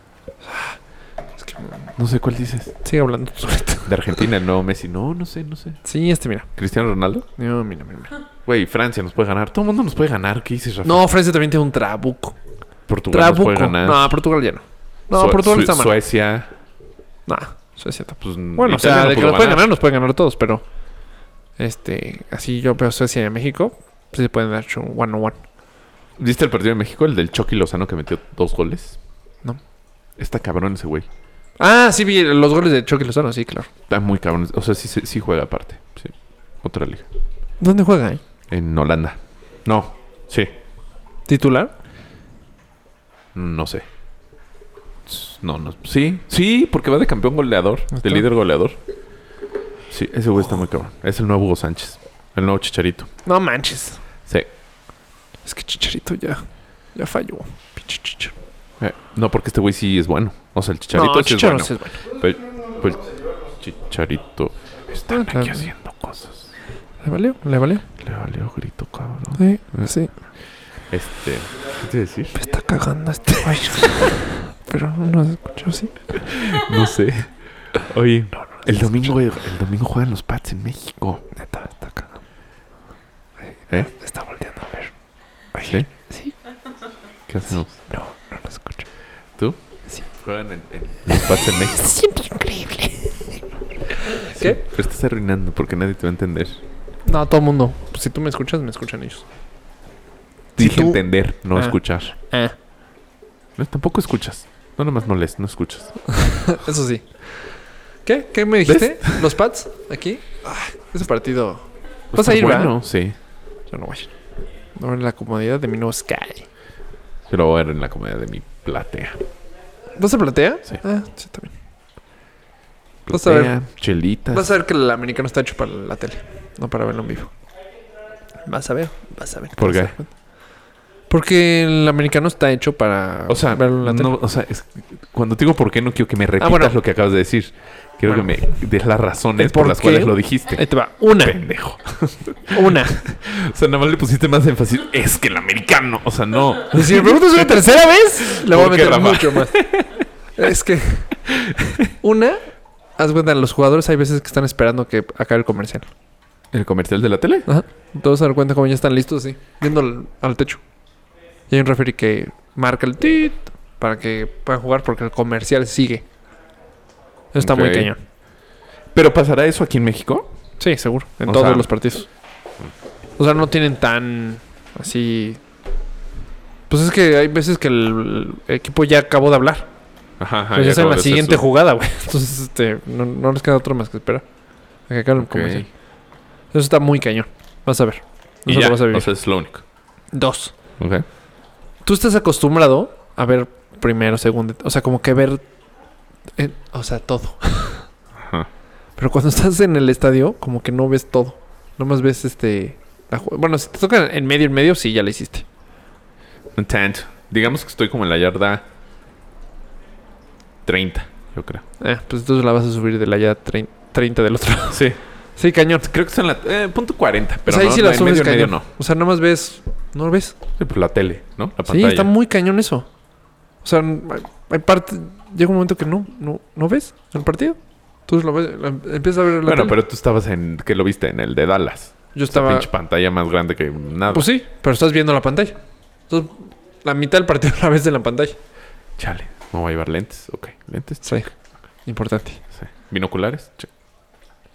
Es que
No sé cuál dices.
sigue hablando tú solito.
De Argentina, el nuevo Messi. No, no sé, no sé.
Sí, este, mira.
¿Cristiano Ronaldo?
No, mira, mira, mira.
Güey, Francia nos puede ganar. Todo el mundo nos puede ganar. ¿Qué dices, Rafa?
No, Francia también tiene un trabuco.
Portugal
Trabuco.
nos puede ganar.
No, Portugal ya no. No,
Sue-
Portugal
Sue-
está mal.
Suecia.
No, Suecia tampoco.
Pues,
Bueno, o sea, de que nos
nos
pueden ganar, nos pueden ganar todos, pero. Este, así yo veo Suecia y México. Pues se pueden dar un one on one.
¿Viste el partido de México? El del Chucky Lozano que metió dos goles.
No.
Está cabrón ese güey.
Ah, sí, vi los goles de Chucky Lozano, sí, claro.
Está muy cabrón. O sea, sí, sí, sí juega aparte. Sí. Otra liga.
¿Dónde juega, eh?
En Holanda. No. Sí.
¿Titular?
No sé. S- No, no. Sí. Sí, porque va de campeón goleador. De
está.
líder goleador. Sí, ese güey está muy cabrón. Es el nuevo Hugo Sánchez. El nuevo Chicharito.
No manches.
Sí.
Es que Chicharito ya, ya falló. Pinche Chicharo.
Eh, no, porque este güey sí es bueno. O sea, el Chicharito sí
Chicharo
es
sí
bueno. Pero, pues, Chicharito. Están aquí haciendo cosas.
¿Le valió? ¿Le valió?
Ah, Le valió grito, cabrón.
Sí,
Mm.
sí.
Este. ¿Qué te iba a decir?
Me está cagando este güey. Pero no nos escuchó, sí.
No sé. Oye, el domingo, güey, el domingo juegan los Pats en México.
Neta, está cagando.
¿Eh?
Está volteando a ver.
¿Sí?
Sí.
¿Qué hacemos?
No, no nos escucho.
¿Tú?
Sí.
Juegan en, en los Pats en México.
Siempre increíble.
Sí, Pero estás arruinando porque nadie te va a entender.
No, todo el mundo. Pues si tú me escuchas, me escuchan ellos.
Dije
tú-
entender, no
Ah.
escuchar.
Eh.
No, tampoco escuchas. No, nomás no lees, no escuchas.
Eso sí. ¿Qué? ¿Qué me dijiste? ¿Los Pats? ¿Aquí? Ah, ese partido. ¿Vas a ir, va?
Bueno, sí.
Yo no voy. No en la comodidad de mi nuevo Sky.
Yo lo voy a ver en la comedia de mi platea.
¿Vas a platea?
Sí.
Ah, sí, también. Vas a ver.
Platea, chelitas.
Vas a ver que el americano está hecho para la tele, no para verlo en vivo. Vas a ver, vas a ver.
¿Por
vas a
qué?
ver. Porque el americano está hecho para
O sea,
verlo en la tele. Ah,
no, o sea es- cuando te digo por qué, no quiero que me repitas
bueno.
lo que acabas de decir. Quiero que me des las razones
¿El
por
por
las
qué?
cuales lo dijiste.
Ahí te va. Una,
Pendejo.
una.
O sea, nada más le pusiste más énfasis. Es que el americano. O sea, no.
Y Pues si me preguntas una tercera vez, le voy a
¿Por qué,
meter
Rafa?
mucho más. Es que una, haz cuenta, los jugadores hay veces que están esperando que acabe el comercial.
¿El comercial de la tele?
Ajá. Te vas a dar cuenta como ya están listos, sí. Viendo al, al techo. Y hay un referee que marca el tit para que puedan jugar porque el comercial sigue. Eso está muy
Ok.
cañón.
¿Pero pasará eso aquí en México?
Sí, seguro. En
O
todos
sea-
los partidos. O sea, no tienen tan Así. Pues es que hay veces que el equipo ya acabó de hablar.
Ajá, ajá.
Pues
Ah, ya
ya saben
acabo
la
de hacer
siguiente
su-
jugada, güey. Entonces, este, no, no les queda otro más que esperar. A que acaben el
Ok.
comercial. Eso está muy cañón. Vas a ver. No
Y
se lo
ya,
vas a vivir.
o sea, es lo único.
Dos.
Ok.
Tú estás acostumbrado a ver primero, segundo. O sea, como que ver. eh, o sea, todo.
Ajá.
Pero cuando estás en el estadio, como que no ves todo. Nomás ves este. la ju- bueno, si te tocan en medio, en medio, sí, ya la hiciste.
No tanto. Digamos que estoy como en la yarda 30, yo creo.
Eh, pues entonces la vas a subir de la ya trein- 30 del otro.
Sí.
sí, cañón.
Creo que está en la... eh, punto 40. Pero
o sea, ahí
no,
sí
no,
la
en
subes
medio, en medio
cañón.
no.
O sea, nomás ves. No lo ves.
Sí, pues la tele, ¿no? La
Sí,
pantalla.
está muy cañón eso. O sea, n- hay, hay parte. Llega un momento que no, no, no ves el partido. Tú lo ves, la- empiezas a ver la
Bueno,
tele.
pero tú estabas en... que lo viste? En el de Dallas.
yo
Esta
estaba.
pinche pantalla más grande que nada.
Pues sí, pero estás viendo la pantalla. Entonces, la mitad del partido la ves en la pantalla.
Chale. No voy a llevar lentes. Ok. Lentes.
Sí. Importante.
Sí. Binoculares. Check.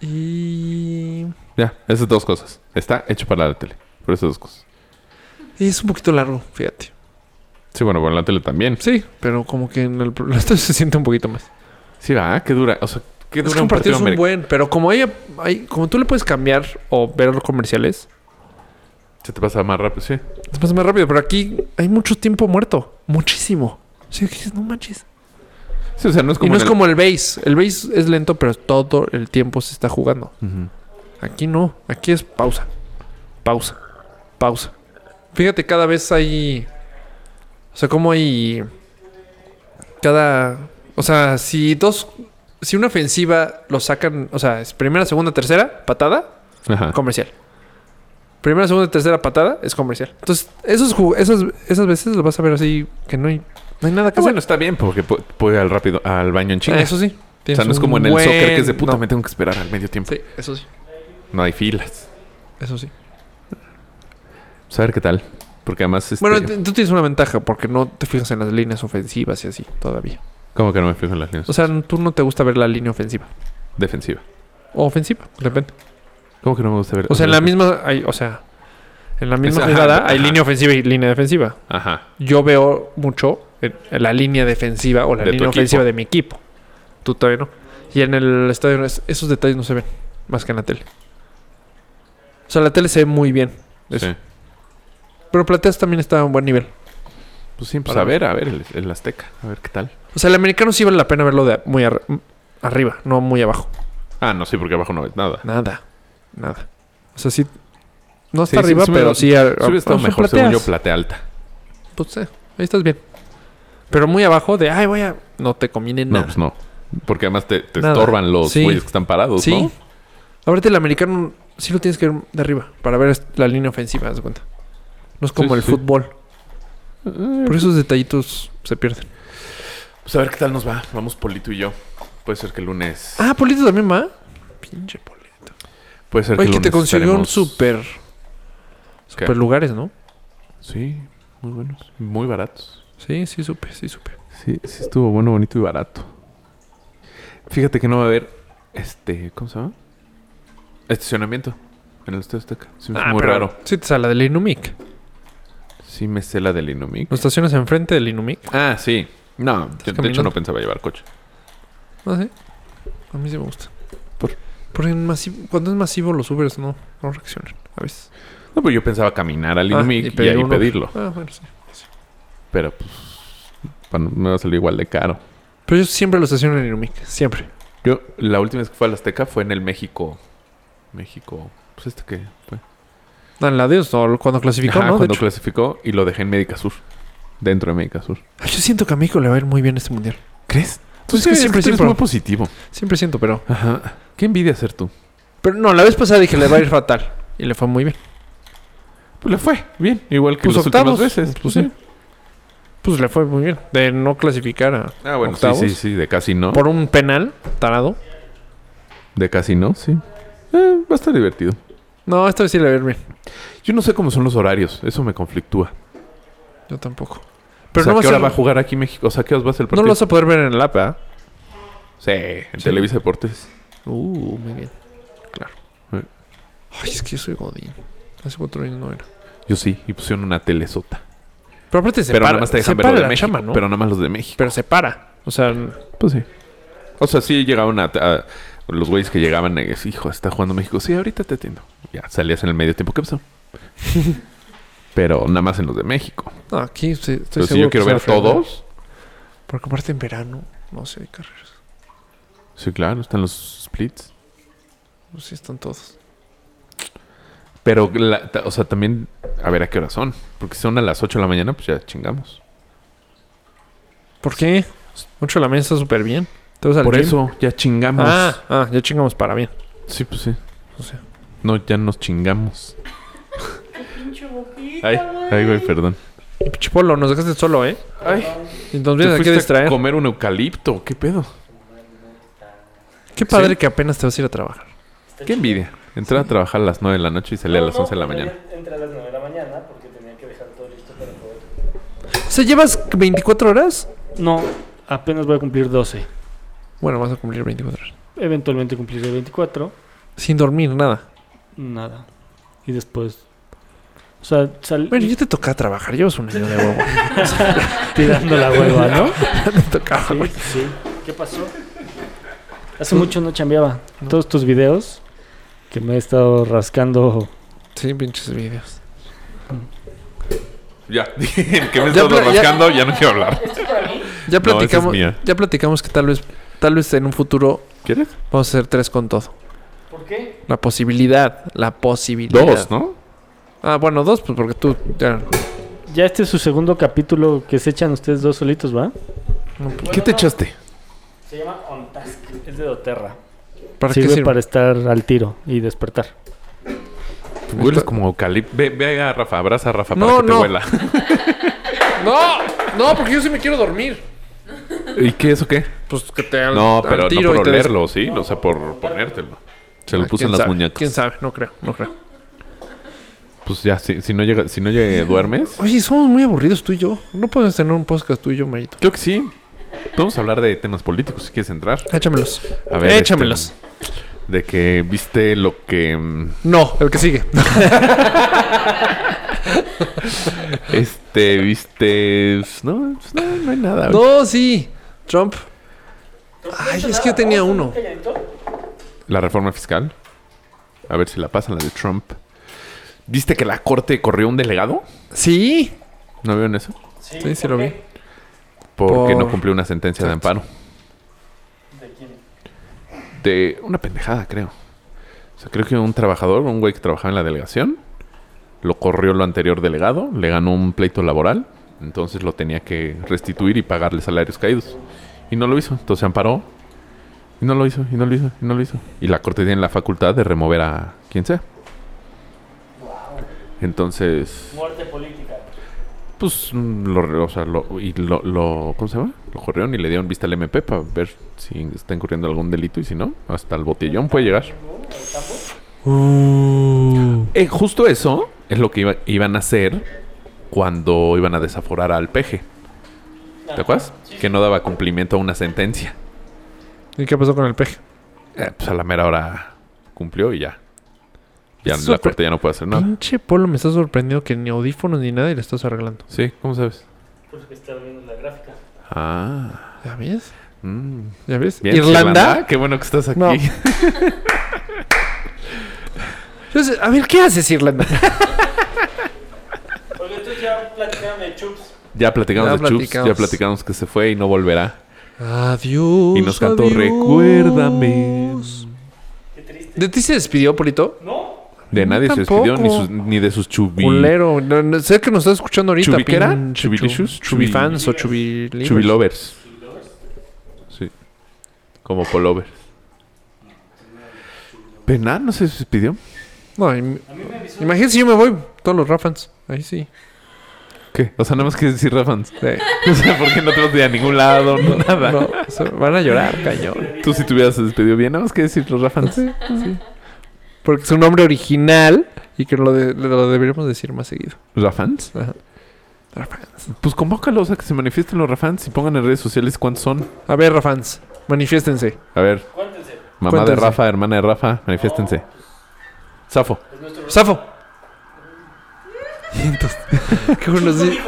Y.
Ya. Esas dos cosas. Está hecho para la tele. Por esas dos cosas.
y es un poquito largo, fíjate.
Sí, bueno, por la tele también.
Sí, pero como que en el pro- esto se siente un poquito más.
Sí, va. ¿Qué dura? O sea, ¿qué dura
Es que
un partido,
es un
americano?
buen, pero como ella, hay, como tú le puedes cambiar o ver los comerciales,
Se te pasa más rápido, sí.
te pasa más rápido. Pero aquí hay mucho tiempo muerto, muchísimo. O sea, que dices, no manches.
Sí, o sea, no es como...
y no
en
es
el-
como el base. El base es lento, pero todo el tiempo se está jugando.
Ujú.
Aquí no. Aquí es pausa. Pausa. Pausa. Fíjate, cada vez hay. O sea, como hay. Cada. O sea, si dos. Si una ofensiva lo sacan. O sea, es primera, segunda, tercera, patada,
Ajá.
comercial. Primera, segunda, tercera, patada, es comercial. Entonces, esos, ju- esas, esas veces lo vas a ver así que no hay, no hay nada que
Ah,
hacer.
bueno, está bien porque pu- puedo ir al rápido al baño en chinga.
Ah, eso sí.
o sea,
Tienes
no es
un
como en el soccer que es de
buen-
puta,
no.
me tengo que esperar al medio tiempo.
Sí, eso sí.
No hay filas.
Eso sí.
Pues a ver qué tal. Porque además este,
Bueno, t- tú tienes una ventaja porque no te fijas en las líneas ofensivas y así todavía.
como que no me fijo en las líneas
O sea, n- tú no te gusta ver la línea ofensiva.
defensiva.
O ofensiva, depende.
Como que no me gusta ver.
O sea, en la
defensiva?
misma, hay- o sea, en la misma
Ajá,
jugada
ajá.
hay línea ofensiva y línea defensiva.
Ajá.
Yo veo mucho en- en la línea defensiva o la
De tu
línea ofensiva
equipo.
de mi equipo. Tú todavía no. Y en el estadio no es- esos detalles no se ven más que en la tele. O sea, la tele se ve muy bien. Eso.
Sí.
Pero Plateas también está a un buen nivel.
Pues sí, pues
Para
a ver, a ver el, el Azteca. A ver qué tal.
O sea, el americano sí vale la pena verlo de a- muy ar- arriba, no muy abajo.
Ah, no, sí, porque abajo no ves nada.
Nada. Nada. O sea, sí. No está
Sí, sí,
arriba,
sí me-
pero sí. ah,
Sí hubiera estado mejor, según yo, plate alta.
Pues, eh, ahí estás bien. Pero muy abajo de, ay, voy a. No te conviene
No,
nada.
pues no. Porque además te, te
Nada.
estorban los
Sí.
güeyes que están parados,
sí.
Pues, ¿no?
Ahorita el americano sí lo tienes que ver de arriba para ver est- la línea ofensiva, haz de cuenta. No es como
sí, Eh, pues
el
sí.
fútbol. Por esos detallitos se pierden.
Pues a ver qué tal nos va. Vamos Polito y yo. Puede ser que el lunes.
Ah, Polito también va. Pinche Polito.
Puede ser que el
Oye, que
lunes
te consiguió un
estaremos-
super.
¿Qué?
Super lugares, ¿no?
Sí, muy buenos. Muy baratos.
Sí, sí, supe, sí, supe.
Sí, sí estuvo bueno, bonito y barato. Fíjate que no va a haber este, ¿cómo se llama? Estacionamiento en el Estadio Azteca. Sí, me hizo muy
Ah, pero
raro.
Sí, te sale del Inumic.
Sí me sé la del Inumic.
Lo estacionas enfrente del Inumic.
Ah, sí. No, yo, de
caminando?
hecho no pensaba llevar coche.
No sé. A mí sí me gusta.
¿Por?
Porque en masivo- cuando es masivo los Ubers no, no reaccionan a veces.
No, pero yo pensaba caminar al
Ah,
Inumic
y
y,
pedir
ahí
uno.
pedirlo.
Ah, bueno, sí.
Pero pues bueno, me va a salir igual de caro.
Pero yo siempre lo estaciono en el Inumic. Siempre.
Yo, la última vez que fui al Azteca fue en el México. México. Pues este que fue.
No, en la Dios, no, cuando clasificó,
Ajá,
¿no? De
cuando
hecho.
clasificó y lo dejé en Médica Sur. Dentro de Médica Sur.
Ay, yo siento que a México le va a ir muy bien este mundial.
¿Crees?
Pues sí, siempre,
siempre es
siempre.
muy positivo.
Siempre siento, pero.
Ajá. ¿Qué envidia ser tú?
Pero no, la vez pasada dije le va a ir fatal. Y le fue muy bien.
Pues le fue bien, igual que
Pues
las
octavos.
últimas veces.
Pues sí. Pues le fue muy bien. De no clasificar a.
Ah, bueno,
Octavos.
sí, sí, sí, de casi no.
Por un penal, tarado.
De casi no, sí. Eh, va a estar divertido.
No, esta vez sí le va a ir bien.
Yo no sé cómo son los horarios, eso me conflictúa.
Yo tampoco.
Pero
Pero
o sea,
no,
¿qué
vas a,
hora va a jugar aquí México? O sea, ¿qué horas va a ser el
no
partido?
lo vas a poder ver en el app, ¿verdad?
Sí, en
Sí.
Televisa Deportes.
Uh, muy bien. ¿eh? Claro.
Sí.
Ay, es que yo soy Godín. Hace cuatro años no era.
Yo sí, y pusieron una telesota.
Pero aparte se
pero
para,
nada más te
se
dejan ver
para
lo de
la
México.
chamba, ¿no?
Pero
Pero,
nada más los de México.
se para. O sea,
Pues sí. O sea, sí llegaban a... a- los güeyes que llegaban, eh, hijo, está jugando México. Sí, ahorita te atiendo. Ya, salías en el medio tiempo. ¿Qué pasó? pero nada más en los de México.
no, aquí sí, estoy
Pero si
seguro
yo quiero
que se va
ver
a fregar.
todos...
Porque aparte en verano, no sé, hay carreras.
Sí, claro, están los splits.
No sé, están todos.
Pero, la- ta- o sea, también... A ver, ¿a qué hora son? Porque si son a las 8 de la mañana, pues ya chingamos.
¿Por qué? 8 de la mañana está súper bien. Te vas al
Por
gym.
eso, ya chingamos.
Ah, ah, ya chingamos para bien.
Sí, pues sí.
O sea,
No, ya nos chingamos. Ay, ay, güey, perdón.
pinche Polo, nos dejaste solo, ¿eh?
Ay,
Y nos
¿te
vienes aquí
fuiste
a
a
distraer.
comer un eucalipto? ¿Qué pedo?
Qué padre
Sí.
que apenas te vas a ir a trabajar.
Qué envidia. Entrar a trabajar a las 9 de la noche y salir a las 11 de la mañana.
Entré a las 9 de la mañana porque tenía que dejar todo listo para poder.
O sea, ¿llevas 24 horas?
No, apenas voy a cumplir 12.
Bueno, vas a cumplir 24 horas.
Eventualmente cumpliré 24.
Sin dormir, nada.
Nada. Y después. O sea, sal
Bueno, yo te tocaba trabajar. Llevas un año de huevo.
tirando la hueva, ¿no?
te tocaba.
Sí, sí. ¿Qué pasó? Hace mucho no chambeaba. Todos tus videos que me he estado rascando.
Sí, pinches videos.
Ya, el que me
Ya,
está
pero ya-
rascando, ya no quiero hablar.
Ya
No, esa es
platicamos,
mía.
ya platicamos que tal vez, tal vez en un futuro
¿Quieres?
vamos a hacer tres con todo.
¿Por qué?
La posibilidad, la posibilidad.
Dos, ¿no?
Ah, bueno, dos, pues porque tú ya.
Ya este es su segundo capítulo que se echan ustedes dos solitos, ¿va?
no, pues,
¿Qué te echaste?
Se llama On Task. Es de Doterra.
¿Para qué
sirve,
sirve?
para estar al tiro y despertar.
Hueles como eucalipto. Ve, ve a Rafa, abraza a Rafa
No,
para que
no.
te huela.
No, no, porque yo sí me quiero dormir.
¿Y qué eso qué?
Pues que te al-
No,
al
pero
tiro
no
y
por
te des-
olerlo, ¿sí? O sea, por ponértelo. Se lo
Ah,
puso
quién
en las
sabe,
muñecas.
¿Quién sabe? No creo, no creo.
Pues ya, si, si no llega, si no llega, duermes.
Oye, somos muy aburridos tú y yo. No podemos tener un podcast tú y yo, Mayito.
Creo que sí. Vamos a hablar de temas políticos si quieres entrar.
Échamelos.
A ver,
Échamelos.
este, de que viste lo que. mm,
No, el que sigue.
Este, viste. pues, No, pues, no, no hay nada.
no, sí. Trump. Ay, es que yo tenía uno.
La reforma fiscal. A ver si la pasan, la de Trump. ¿Viste que la corte corrió un delegado?
Sí.
¿No vieron eso?
Sí, sí lo vi.
Porque
Por-
no cumplió una sentencia de
Exacto.
amparo. De una pendejada, creo. O sea, creo que un trabajador, un güey que trabajaba en la delegación, lo corrió lo anterior delegado, le ganó un pleito laboral, entonces lo tenía que restituir y pagarle salarios caídos. Y no lo hizo, entonces se amparó. Y no lo hizo, y no lo hizo, y no lo hizo. Y la corte tiene la facultad de remover a quien sea. Entonces,
Muerte política.
pues, mm, lo, re- o sea, lo, y lo, lo- ¿cómo se llama? Lo corrieron y le dieron vista al MP para ver si está incurriendo algún delito y si no, hasta el botellón puede llegar.
Uh.
Eh, justo eso es lo que iba- iban a hacer cuando iban a desaforar al peje. ¿Te acuerdas? Que no daba cumplimiento a una sentencia.
¿Y qué pasó con el peje?
Eh, pues a la mera hora cumplió y ya. Ya la
Súper.
corte ya no puede hacer nada.
Pinche Polo, me está sorprendido que ni audífonos ni nada y le estás arreglando.
Sí, ¿cómo sabes?
Porque estaba viendo la gráfica.
Ah.
¿Ya ves?
mm.
¿Ya ves?
Bien,
¿Irlanda?
Qué bueno que estás aquí.
No. Entonces, a ver, ¿qué haces, Irlanda?
Porque entonces ya platicaron de chups.
Ya platicamos
Ya
de Chups,
platicamos.
ya platicamos que se fue y no volverá.
Adiós.
Y nos cantó
adiós.
Recuérdame.
Qué triste.
¿De ti se despidió, Polito?
¿No?
De
No,
nadie se despidió, ni,
Mm, tampoco.
sus- ni de sus chubi...
Culero. No, no, sé que nos está escuchando ahorita.
¿Chubiquera?
pinche
¿Chubilicious?
chu- ¿Chubifans o chubilivers?
Chubilovers. Sí. Como polovers. Penal no se despidió.
No, im- imagínate si yo me voy. Todos los Rafans. Ahí sí.
¿Qué? O sea, nada más que decir Rafans.
Sí.
No sé por qué no te vas de a ningún lado, no, nada.
No, se van a llorar, cañón.
Tú si te hubieras despedido bien, nada más que decir los Rafans.
Porque es un nombre original y que lo, de- lo deberíamos decir más seguido.
¿Rafans?
Ajá. Rafans.
Pues convócalos a que se manifiesten los Rafans y pongan en redes sociales cuántos son.
A ver, Rafans, manifiéstense.
A ver,
Cuéntense.
mamá de
Cuéntense.
Rafa, hermana de Rafa, manifiéstense. Safo.
Safo. 200. Qué bueno, sí.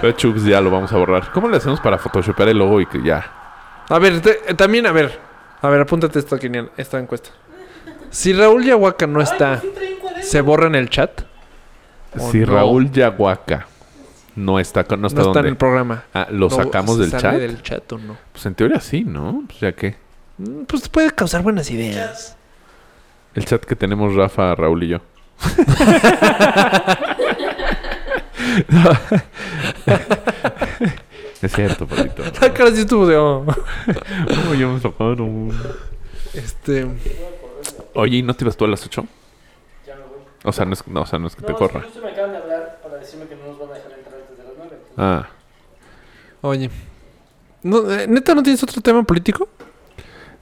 Pero Chups ya lo vamos a borrar. ¿Cómo le hacemos para photoshopear el logo y que ya?
A ver, te- eh, también, a ver. A ver, apúntate esto, Kenian, esta encuesta. Si Raúl Yahuaca no está, ¿se borra en el chat? ¿O
si
Oh, no?
Raúl Yaguaca no está con- no está,
No está en
dónde?
el programa.
Ah, lo
No,
sacamos
¿se
del
sale
chat.
del chat o no?
Pues en teoría sí, ¿no? Pues ya que
Mm, Pues puede causar buenas ideas.
el chat que tenemos Rafa, Raúl y yo. es cierto, Pablito.
La cara Ah, sí estuvo de... oh.
Oh, ya me sacaron.
Este...
Oye, ¿y no te ibas tú a las 8? O sea, no es, no, o sea, no es que te corra.
me acaban de hablar para decirme que no nos van a dejar entrar antes de las 9.
Ah.
Oye. No, eh, ¿Neta no tienes otro tema político?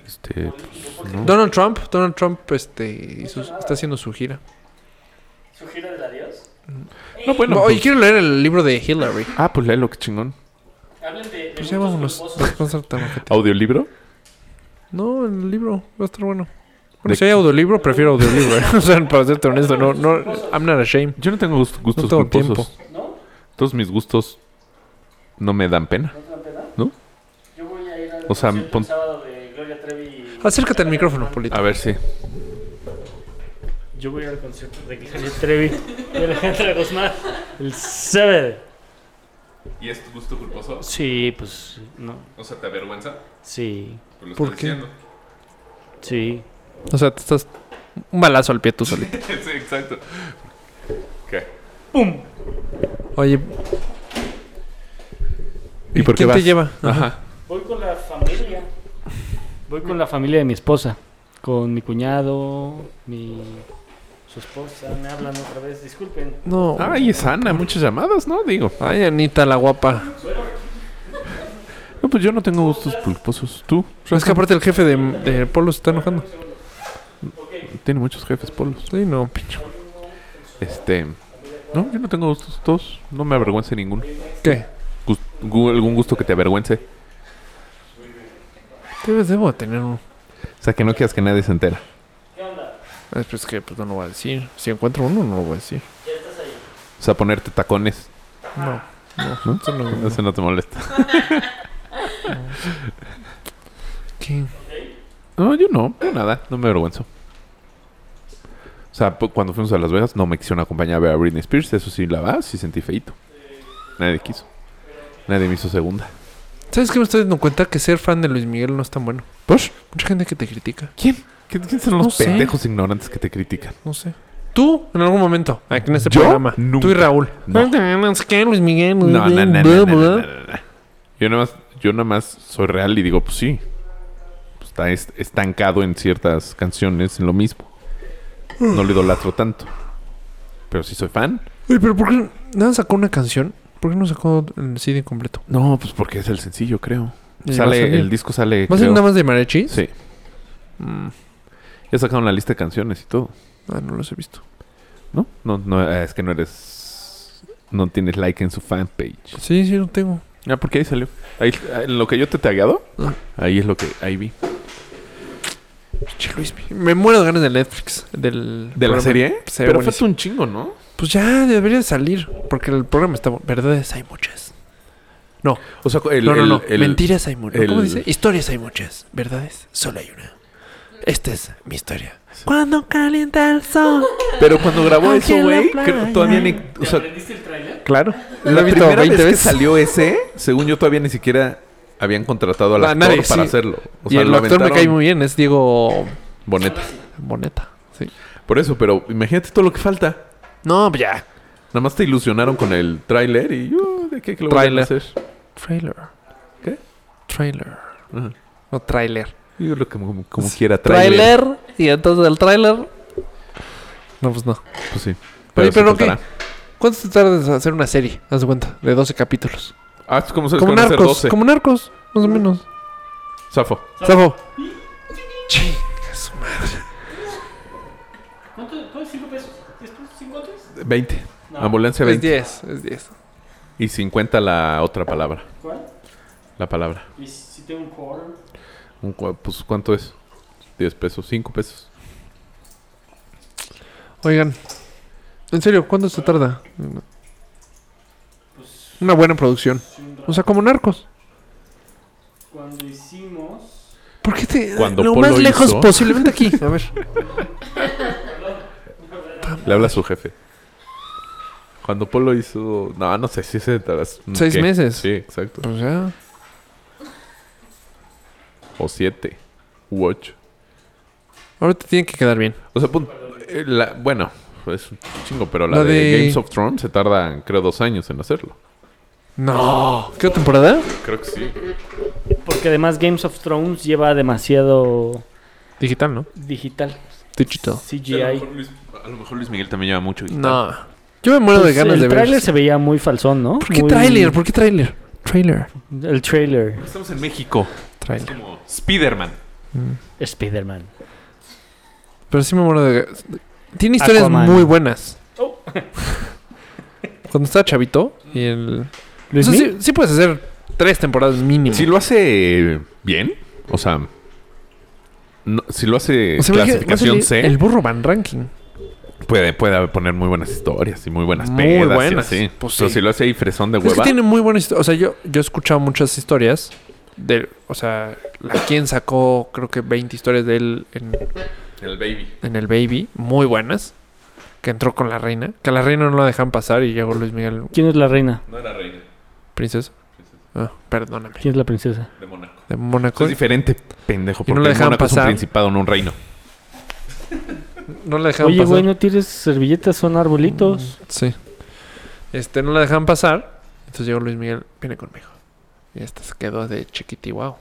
Este, pues, no.
Donald Trump. Donald Trump este, hizo- está haciendo su gira.
¿Su gira del adiós?
No, bueno.
Oye,
pues-
quiero leer el libro de Hillary.
Ah, pues léelo, qué chingón.
Hablen de.
Pues ya vámonos. Vamos a estar tan ojete.
¿Audiolibro?
No, el libro va a estar bueno. Bueno,
¿De
si hay audiolibro, prefiero audiolibro. eh. o sea, para serte honesto, no, no, I'm not ashamed.
Yo no tengo gust- gustos
No tengo
culposos. Todos mis gustos no me dan pena.
Yo voy a ir al
O sea,
concierto
pon-
el sábado de Gloria Trevi.
Acércate al micrófono, Polito.
A ver, sí.
Yo voy a ir al concierto de Gloria Trevi y Alejandra Guzmán. El sábado.
¿Y es tu gusto culposo?
Sí, pues no.
O sea, ¿te avergüenza? Pues
Sí,
lo
¿Por estás qué? diciendo.
sí.
O sea, te estás un balazo al pie tú solito.
sí, exacto. ¿Qué?
Oye.
¿Y por qué
¿Quién
vas?
te lleva?
Ajá.
Voy con la familia. Voy con la familia de mi esposa. Con mi cuñado, mi. Su esposa. Me hablan otra vez, disculpen.
No.
Ay, es Ana, muchas llamadas, ¿no? Digo.
Ay, Anita, la guapa.
No, pues yo no tengo gustos culposos. Tú.
Es que aparte el jefe de, de Polo se está enojando.
Tiene muchos jefes polos.
Sí, no, pinche.
Este. No, yo no tengo gustos. Todos. No me avergüence ninguno.
¿Qué?
Gus- gu- algún gusto que te avergüence.
Debes, debo de tener uno.
O sea, que no quieras que nadie se entera.
Ah, Pues que pues, no lo voy a decir. Si encuentro uno, no lo voy a decir.
O sea, ponerte tacones.
No. No,
¿No?
eso no.
Eso no te molesta.
¿Qué?
No, yo no. Yo nada. No me avergüenzo. O sea, po- cuando fuimos a Las Vegas, no me quisieron acompañar a ver a Britney Spears. Eso sí, la vas sí sentí feito. Nadie quiso. Nadie me hizo segunda.
¿Sabes qué me estoy dando cuenta? Que ser fan de Luis Miguel no es tan bueno.
¿Pues?
Mucha gente que te critica.
¿Quién? ¿Qui- ¿Quién son los
No sé.
pendejos ignorantes que te critican?
No sé. Tú, en algún momento, aquí en este
¿Yo?
programa.
Nunca.
Tú y Raúl.
No.
No sé qué, Luis Miguel.
No, no, no, no,
bla,
no, no,
bla.
no, no, no. Yo nada más, yo nada más soy real y digo, pues sí. Pues está est- estancado en ciertas canciones, en lo mismo. No lo idolatro tanto. Pero sí soy fan.
Oye, pero ¿por qué nada sacó una canción? ¿Por qué no sacó el CD completo?
No, pues porque es el sencillo, creo.
Y va a
Sale,
salir.
el disco sale.
¿Va a ser
creo-
nada más de Marechi?
Sí.
Mm,
Ya sacaron la lista de canciones y todo.
ah, no los he visto.
¿No? No, no, eh, es que no eres. No tienes like en su fanpage.
Sí, sí, no tengo.
Ah, porque ahí salió. Ahí, en lo que yo te he tagueado,
Ah.
ahí es lo que ahí vi.
Pinche Luis Miguel. Me muero de ganas de Netflix. Del
¿De la
programa.
serie?
Se ve
Pero
buenísimo.
falta un chingo, ¿no?
Pues ya debería salir. Porque el programa está. bu- Verdades hay muchas.
O sea, el,
no, no,
el-
no.
el-
Mentiras hay muchas. ¿Cómo
el-
dice? Historias hay muchas. Verdades, solo hay una. Esta es mi historia. Cuando calienta el sol.
Pero cuando grabó
Aquí
eso,
en la
güey,
playa.
creo- todavía ni. O sea,
¿Aprendiste el tráiler?
Claro.
la primera vez que salió ese, según yo, todavía ni siquiera habían contratado al
Ah,
actor
nadie,
para
sí.
hacerlo. O
y
sea,
el
lo
actor me cae
aventaron
muy bien. Es Diego
Boneta.
Boneta. Sí.
Por eso, pero imagínate todo lo que falta.
No, pues ya.
Nada más te ilusionaron con el tráiler y yo, ¿de qué que lo van a
Tráiler.
hacer?
Trailer.
¿Qué?
Trailer.
Ajá.
No, trailer.
Yo lo que como, como quiera tráiler.
Trailer. Y entonces el trailer. No, pues no.
Pues sí.
Oye,
se
pero ¿qué?
contará.
¿Cuánto te tardas en hacer una serie? Haz de cuenta, de 12 capítulos.
Ah, es como se
Como
hacer
narcos,
12.
como narcos, más o menos.
Zafo.
Zafo. Chinga su madre.
¿Cuánto? ¿Cuánto? ¿Cinco pesos? ¿Esto? ¿Cinco antes?
20.
No.
Ambulancia
Es
20.
10, es 10.
Y 50 la otra palabra.
¿Cuál?
La palabra.
¿Y si tengo un quarter?
Un cua- pues, ¿cuánto es? 10 pesos, 5 pesos.
Oigan, En serio, ¿cuánto se tarda? Una buena producción. O sea, como narcos.
Cuando hicimos.
¿Por qué te.?
Cuando
lo
Polo
más lejos
hizo-
posiblemente aquí. A ver.
Le habla a su jefe. Cuando Polo hizo. No, no sé si se tarda-
Seis
¿qué?
meses.
Sí, exacto.
Pues ya.
O siete. U ocho.
Ahora te tiene que quedar bien.
O sea, pon- eh, la- bueno, es un chingo, pero la,
La
de...
de-
Games of Thrones se tardan, creo, dos años en hacerlo.
No. ¿Qué temporada?
Creo que sí.
Porque además Games of Thrones lleva demasiado
Digital, ¿no?
digital.
Digital.
CGI.
Luis, Miguel también lleva mucho.
No. Yo me muero de
Pues
ganas
el
de ver.
tráiler se veía muy falsón, ¿no?
¿Por qué
Muy-
tráiler? ¿Por qué tráiler? Trailer.
El trailer.
Estamos en México.
Trailer.
Como Spider-Man.
Spider-Man.
Pero sí me muero de ganas. Tiene historias
Aquaman.
muy buenas.
Oh.
Cuando estaba chavito y el...
Luis,
O sea,
Miguel,
sí, sí puedes hacer tres temporadas mínimo.
Si Mm. lo hace bien, o sea, no- si lo hace
O sea, imagina-
clasificación
no sé,
C,
El burro van ranking.
puede, puede poner muy buenas historias y muy buenas
Muy
pedas. y
buenas,
así.
pues
O sea,
sí.
si lo hace ahí fresón de
Es que
hueva.
tiene muy buenas historias. O sea, yo, yo he escuchado muchas historias. De, o sea, la quien sacó creo que 20 historias de él en,
El baby.
en el Baby. Muy buenas. Que entró con la reina. Que a la reina no la dejan pasar y llegó Luis Miguel,
¿quién es la reina?
No era reina
princesa. Ah, perdóname.
¿Quién es la princesa?
de Mónaco.
De Mónaco.
Es diferente, pendejo,
Y no
porque
la dejaban
Mónaco es un
pasar.
principado, no un reino.
No la dejaban
Oye,
pasar. Mm.
güey, no tienes servilletas, son arbolitos.
Sí. Este, no la dejaban pasar. Entonces llegó Luis Miguel, viene conmigo. Y esta se quedó de chiquiti, wow.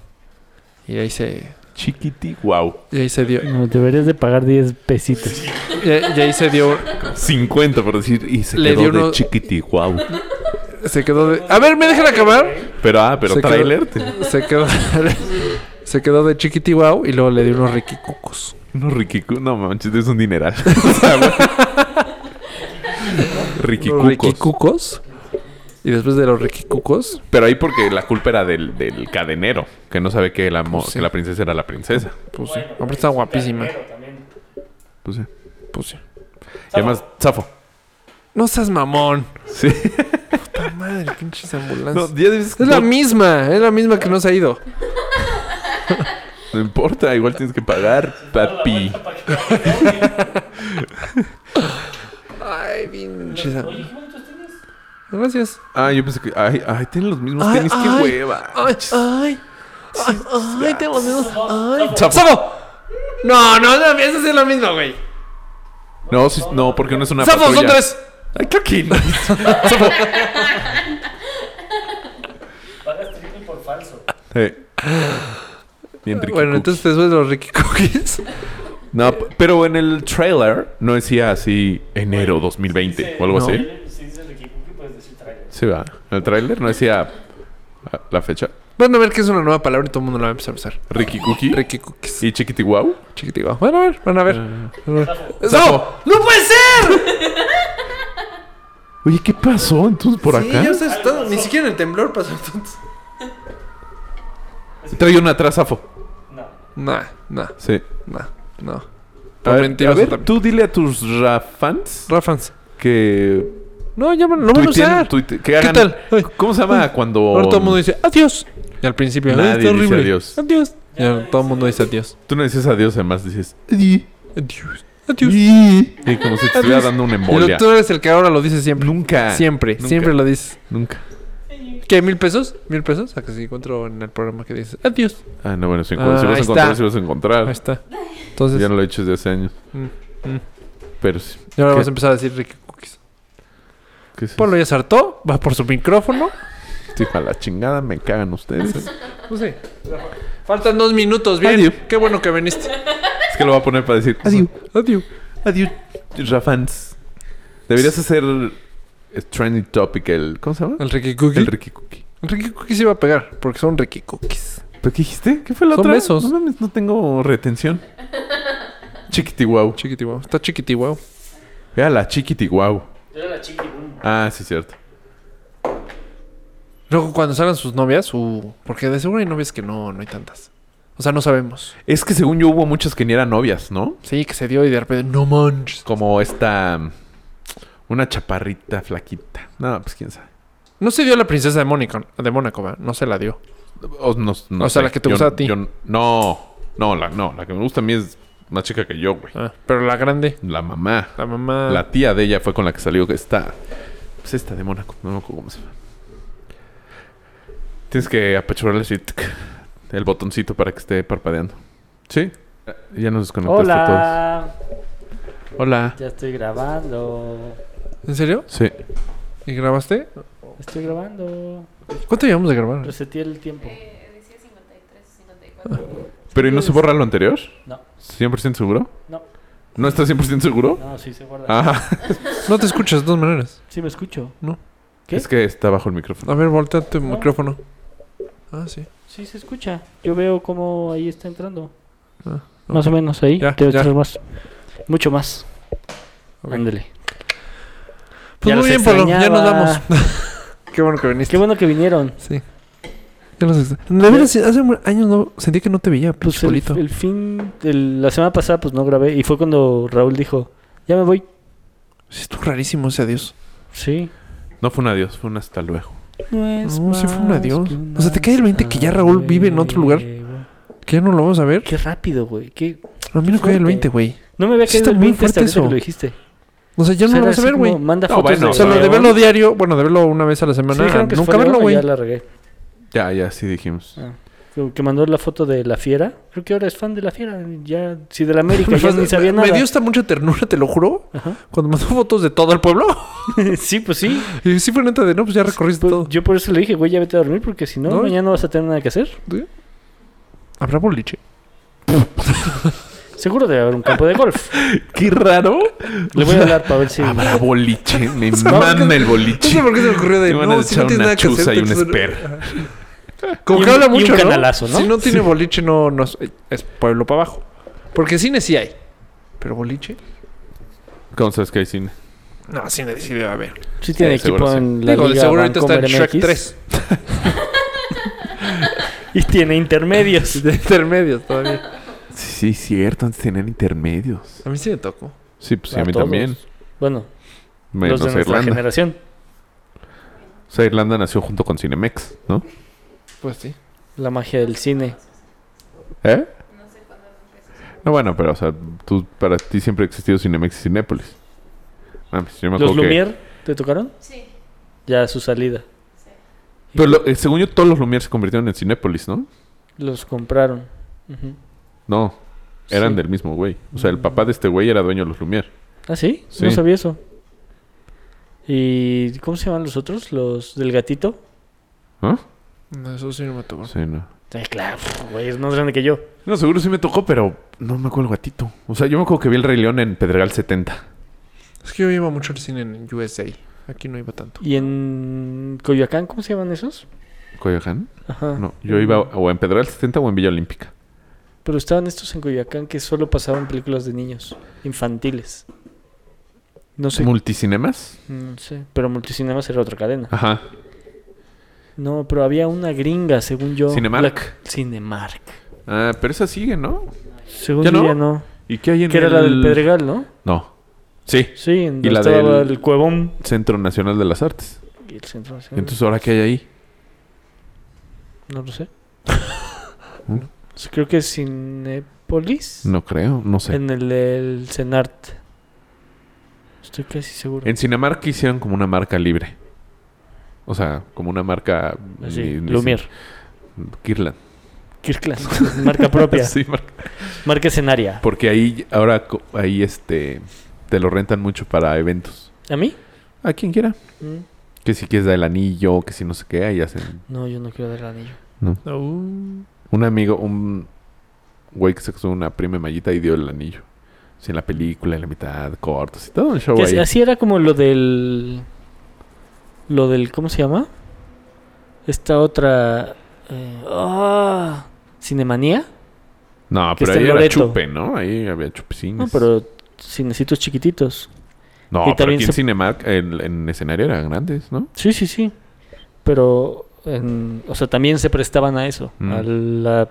Y ahí se,
Chiquiti, wow.
y ahí se dio,
Nos deberías de pagar 10 pesitos.
y, y ahí se dio,
50 por decir, y se
Le
quedó
dio
de
uno-
chiquiti, wow.
se quedó de, a ver, me dejan acabar.
Pero, ah, pero
Se quedó-
trailer.
Se quedó, se quedó de chiquiti, wow. Y luego le dio unos riquicucos.
No, Ricky Cu- no manches, es un dineral. O sea, güey. Ricky
Unos
Cucos.
riquicucos. Y después de los riquicucos,
Pero ahí porque la culpa era del, del cadenero, que no sabe que la, mo-
Pues sí.
que la princesa era la princesa.
pues sí. Hombre, está guapísima.
Pues sí.
Pues sí.
Y además, zafo.
No seas mamón.
Sí.
Puta madre, pinches
No,
ambulancias.
ya dices-
es la
no,
misma, es la misma que no se ha ido.
no importa, igual tienes que pagar, papi.
Ay, pinches. Gracias.
Ah, yo pensé que. Ay, ay, tienen los mismos tenis, qué
ay,
hueva.
Ay, ay. Ay, ay, tengo los mismos. Ay.
Zafo.
¡Zafo! No, no, no, piensas hacer lo mismo, güey.
No, sí, no, porque no es una.
¡Zafo, son
patrulla.
tres!
Ay, creo que no.
Pagas triple por falso.
Eh. Bien, Ricky
Bueno,
Cucos.
entonces después de los Ricky Cookies.
No, p- pero en el trailer no decía así enero 2020 o algo
No.
así.
Si dices el equipo, puedes decir trailer.
Sí, va. En el trailer no decía ah, la fecha.
Van a ver que es una nueva palabra y todo el mundo la va a empezar a usar.
Ricky Cookie
Ricky Cookies.
y Chiquiti Wow.
Chiquitigo. Van a ver, van a ver. Van a ver.
Zafo.
¡No puede ser!
Oye, ¿qué pasó entonces por acá?
ya se asustado. Ni siquiera en el temblor pasó entonces.
Trae una atrás, Zafo.
Nah, nah,
Sí.
nah, no.
A
Por
ver, a
mentiroso
ver,
también.
tú dile a tus Rafans
Rafans.
que
No, ya van- lo van a
tuiteen-
usar.
tuite- que hagan.
tal? Ay.
¿Cómo se llama cuando
Ahora todo el mundo dice adiós. Y al principio,
Nadie
"Ay, está
dice
horrible.
adiós.
Adiós. Y ahora todo el mundo dice adiós.
tú no dices adiós, además dices
Adiós. Adiós.
"Yi". y como si te estuviera
Adiós.
dando una
Y
embolia.
lo- tú eres el que ahora lo dice siempre.
Nunca.
Siempre,
Nunca.
siempre lo dices.
Nunca.
¿Qué? ¿Mil pesos? ¿Mil pesos? A que si encuentro en el programa que dices adiós.
Ah, no, bueno, si,
Ah,
si vas a
ahí
encontrar,
está.
si vas a encontrar.
Ahí está. Entonces,
Ya no lo he hecho desde hace años.
Mm, mm.
Pero sí.
y
¿Qué?
ahora vamos a empezar a decir Ricky Cookies.
¿Qué es eso?
Polo ya se hartó, va por su micrófono.
Sí, para la chingada me cagan ustedes. es
Pues sí. Faltan dos minutos, bien.
Adiós.
Qué bueno que viniste.
que lo voy a poner para decir. Adiós.
Adiós.
Adiós, Rafans. Deberías hacer eh, trending topic el. ¿Cómo se llama?
El Ricky Cookie.
El
El,
Ricky Cookie.
Ricky Cookie se iba a pegar porque son Ricky Cookies.
¿Pero qué dijiste? ¿Qué fue la
Son
otra?
besos.
No mames, no tengo retención. Chiquitiguau.
Chiquitiguau. Está chiquitiguau.
Era la chiquitiguau.
Yo era la chiqui boom.
Ah, sí, cierto.
Luego cuando salgan sus novias, uh, porque de seguro hay novias que no, no hay tantas. O sea, no sabemos.
Es que según yo hubo muchas que ni eran novias, ¿no?
Sí, que se dio y de repente, no manches.
Como esta. mm, Una chaparrita flaquita. No, pues quién sabe.
No se dio la princesa de Mónaco, de Mónaco, ¿verdad? No se la dio.
O, no- no
O
sé.
sea, la que te
Yo-
gusta a ti.
yo- no, no la, no, la que me gusta a mí es más chica que yo, güey.
Ah, pero la grande,
La mamá.
la mamá.
La tía de ella fue con la que salió que está. Pues esta de Mónaco, no me acuerdo cómo se llama. Tienes que apachurrarle así, tsk, el botoncito para que esté parpadeando. ¿Sí? Ya nos desconectaste
Hola,
todos. Hola.
ya estoy grabando.
¿En serio?
Sí.
¿Y grabaste?
Estoy grabando.
¿Cuánto llevamos de grabar?
Reseteé el tiempo.
¿Pero y no se borra lo anterior?
No.
¿100% seguro?
No.
¿No estás 100% seguro?
No, sí se guarda.
Ah,
No te escuchas de todas maneras.
Sí me escucho. ¿Qué?
es que está bajo el micrófono.
A ver, voltea tu
No.
micrófono. Ah, sí.
Sí se escucha. Yo veo cómo ahí está entrando.
Ah,
Más o menos ahí.
Ya,
Debe
ya.
ser más. Mucho más.
Ok.
Ándale.
Pues
Ya los
muy bien, Pablo. Ya nos
extrañaba.
vamos. Qué bueno que viniste.
Qué bueno que vinieron.
Sí. Ya nos extra- De veras, hace mu- años no sentí que no te veía,
Pues
pinche
el,
Polito.
el fin, el- la semana pasada pues no grabé y fue cuando Raúl dijo, ya me voy.
Sí, estuvo rarísimo ese adiós.
Sí.
No fue un adiós, fue un hasta luego.
No, sí fue un adiós. O sea, te cae el 20 que ya Raúl vive en otro lugar. Que ya no lo vamos a ver.
Qué rápido, güey. Qué...
A mí no cae el
fuerte.
20, güey.
No me había
Sí
caído
está
el
muy
20 hasta
fuerte
ahorita que
eso.
lo dijiste.
O sea,
O sea,
ya no lo
era
vas a
así
ver,
como,
güey.
Manda
No,
fotos
bueno,
de
O sea, lo de
León.
verlo diario, bueno, de verlo una vez a la
Sí,
semana,
dijeron que se
nunca
fue
verlo,
León,
güey.
Ya la regué.
Ya, ya, sí dijimos.
Ah. Que- Que mandó la foto de la fiera. Creo que ahora es fan de la fiera. Ya, sí, de la América.
Me
ya
fas-
ni sabía
Pues, me
nada.
dio hasta mucha ternura, te lo juro.
Ajá.
Cuando mandó fotos de todo el pueblo.
sí, pues sí.
Y sí fue neta de, no, pues ya recorriste
Pues,
todo.
yo por eso le dije, güey, ya vete a dormir porque si no,
No.
mañana no vas a tener nada que hacer.
¿Habrá boliche?
Seguro debe haber un campo de golf.
Qué raro.
Le voy a hablar para ver si...
Ah,
Habrá boliche. Me
sea,
manda el
No sé
boliche.
por qué se me ocurrió de,
Te van a
no, si
echar
no tienes
una
nada que hacer.
chuza y
te
un
echas-
esper.
Como
Y
que
un-
habla
y un
mucho, ¿no?
canalazo, ¿no?
Si no tiene boliche, no, no es, es pueblo para abajo. Porque cine sí hay. Pero boliche...
¿Cómo sabes que hay cine?
No, cine sí debe haber.
Sí tiene
Sí,
equipo
seguro sí.
en la
Digo, de
Liga
seguro ahorita está en
Bancomer
Shrek
MX.
3.
Y tiene intermedios.
De intermedios todavía.
Sí, sí, cierto. Antes tenían intermedios.
A mí sí me tocó.
Sí, pues sí, a
A
mí
todos.
también.
Bueno,
Menos
los de
a
nuestra
Irlanda.
generación.
O sea, Irlanda nació junto con Cinemex, ¿no?
Pues sí.
La magia del cine.
¿Eh? No, bueno, pero, o sea, tú, para ti siempre ha existido Cinemex y Cinépolis. Mames, yo me
¿Los
acuerdo que-
Lumière te tocaron? Sí. Ya a su salida.
Pero lo- eh, según yo, todos los Lumière se convirtieron en Cinépolis, ¿no?
Los compraron. Ujú.
No, eran
Sí.
del mismo güey. O sea, el papá de este güey era dueño de los Lumière.
¿Ah, sí?
Sí.
No sabía eso. ¿Y cómo se llaman los otros? ¿Los del gatito?
¿Ah?
No, eso sí no me tocó.
Sí, no.
Eh, claro, güey, es más grande que yo.
No, seguro sí me tocó, pero no me acuerdo el gatito. O sea, yo me acuerdo que vi el Rey León en Pedregal 70.
Es que yo iba mucho al cine en USA. Aquí no iba tanto.
¿Y en Coyoacán cómo se llaman esos?
¿Coyoacán?
Ajá.
No, yo iba o en Pedregal 70 o en Villa Olímpica.
Pero estaban estos en Coyoacán que solo pasaban películas de niños, infantiles. No sé.
¿Multicinemas?
no sé. Pero Multicinemas era otra cadena.
Ajá.
No, pero había una gringa, según yo.
Cinemark.
La- Cinemark.
Ah, pero esa sigue, ¿no?
Según
¿Ya
yo
no?
ya no.
¿Y qué hay en
Que era la del
el-
Pedregal, ¿no?
No. Sí,
Sí, en
Y
donde
la
estaba
del-
el Cuevón.
Centro Nacional de las Artes.
Y el Centro Nacional.
Entonces, ¿ahora qué hay ahí?
No lo sé.
¿Mm?
Sí, Creo que es Cinépolis.
No creo, no sé. En,
En el del Cenart. Estoy casi seguro.
Cinemark hicieron como una marca libre. O sea, como una marca... eh,
Así,
ni- ni-
Ah, Lumière.
Kirlan.
Kirkland. Marca propia.
Sí, marca.
Marca escenaria.
Porque ahí, ahora, co- ahí este... Te lo rentan mucho para eventos.
¿A mí?
A quien quiera.
Mm.
Que si quieres dar el anillo, que si no sé qué, ahí hacen...
No, yo no quiero dar el anillo.
Uh,
Un amigo, un güey que se casó con una prima de mallita y dio el anillo. Sí, en la película, en la mitad, cortos y todo el show
Que
ahí.
así- así era como lo del. Lo del. ¿Cómo se llama? Esta otra. eh, ah, Cinemanía.
No,
que
pero
está
ahí
en
era
Loreto.
chupe, ¿no? Ahí había chupecines.
No, pero cinecitos chiquititos.
No,
Y
pero
también
aquí
se-
en Cinemark, en, en escenario eran grandes, ¿no?
Sí, sí, sí. Pero. en- o sea, también se prestaban a eso.
Mm.
A la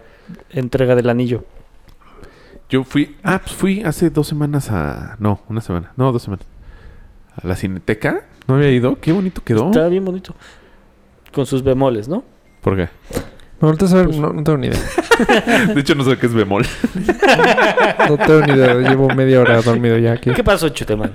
entrega del anillo.
Yo fui... Ah, pues fui hace dos semanas a... No, una semana. No, dos semanas. a la Cineteca. No había ido. Qué bonito quedó.
Estaba bien bonito. Con sus bemoles, ¿no?
¿Por qué?
No, ahorita saber, no, no tengo ni idea.
De hecho, no sé qué es bemol.
No tengo ni idea. Llevo media hora dormido ya aquí.
¿Qué pasó, Chuteman?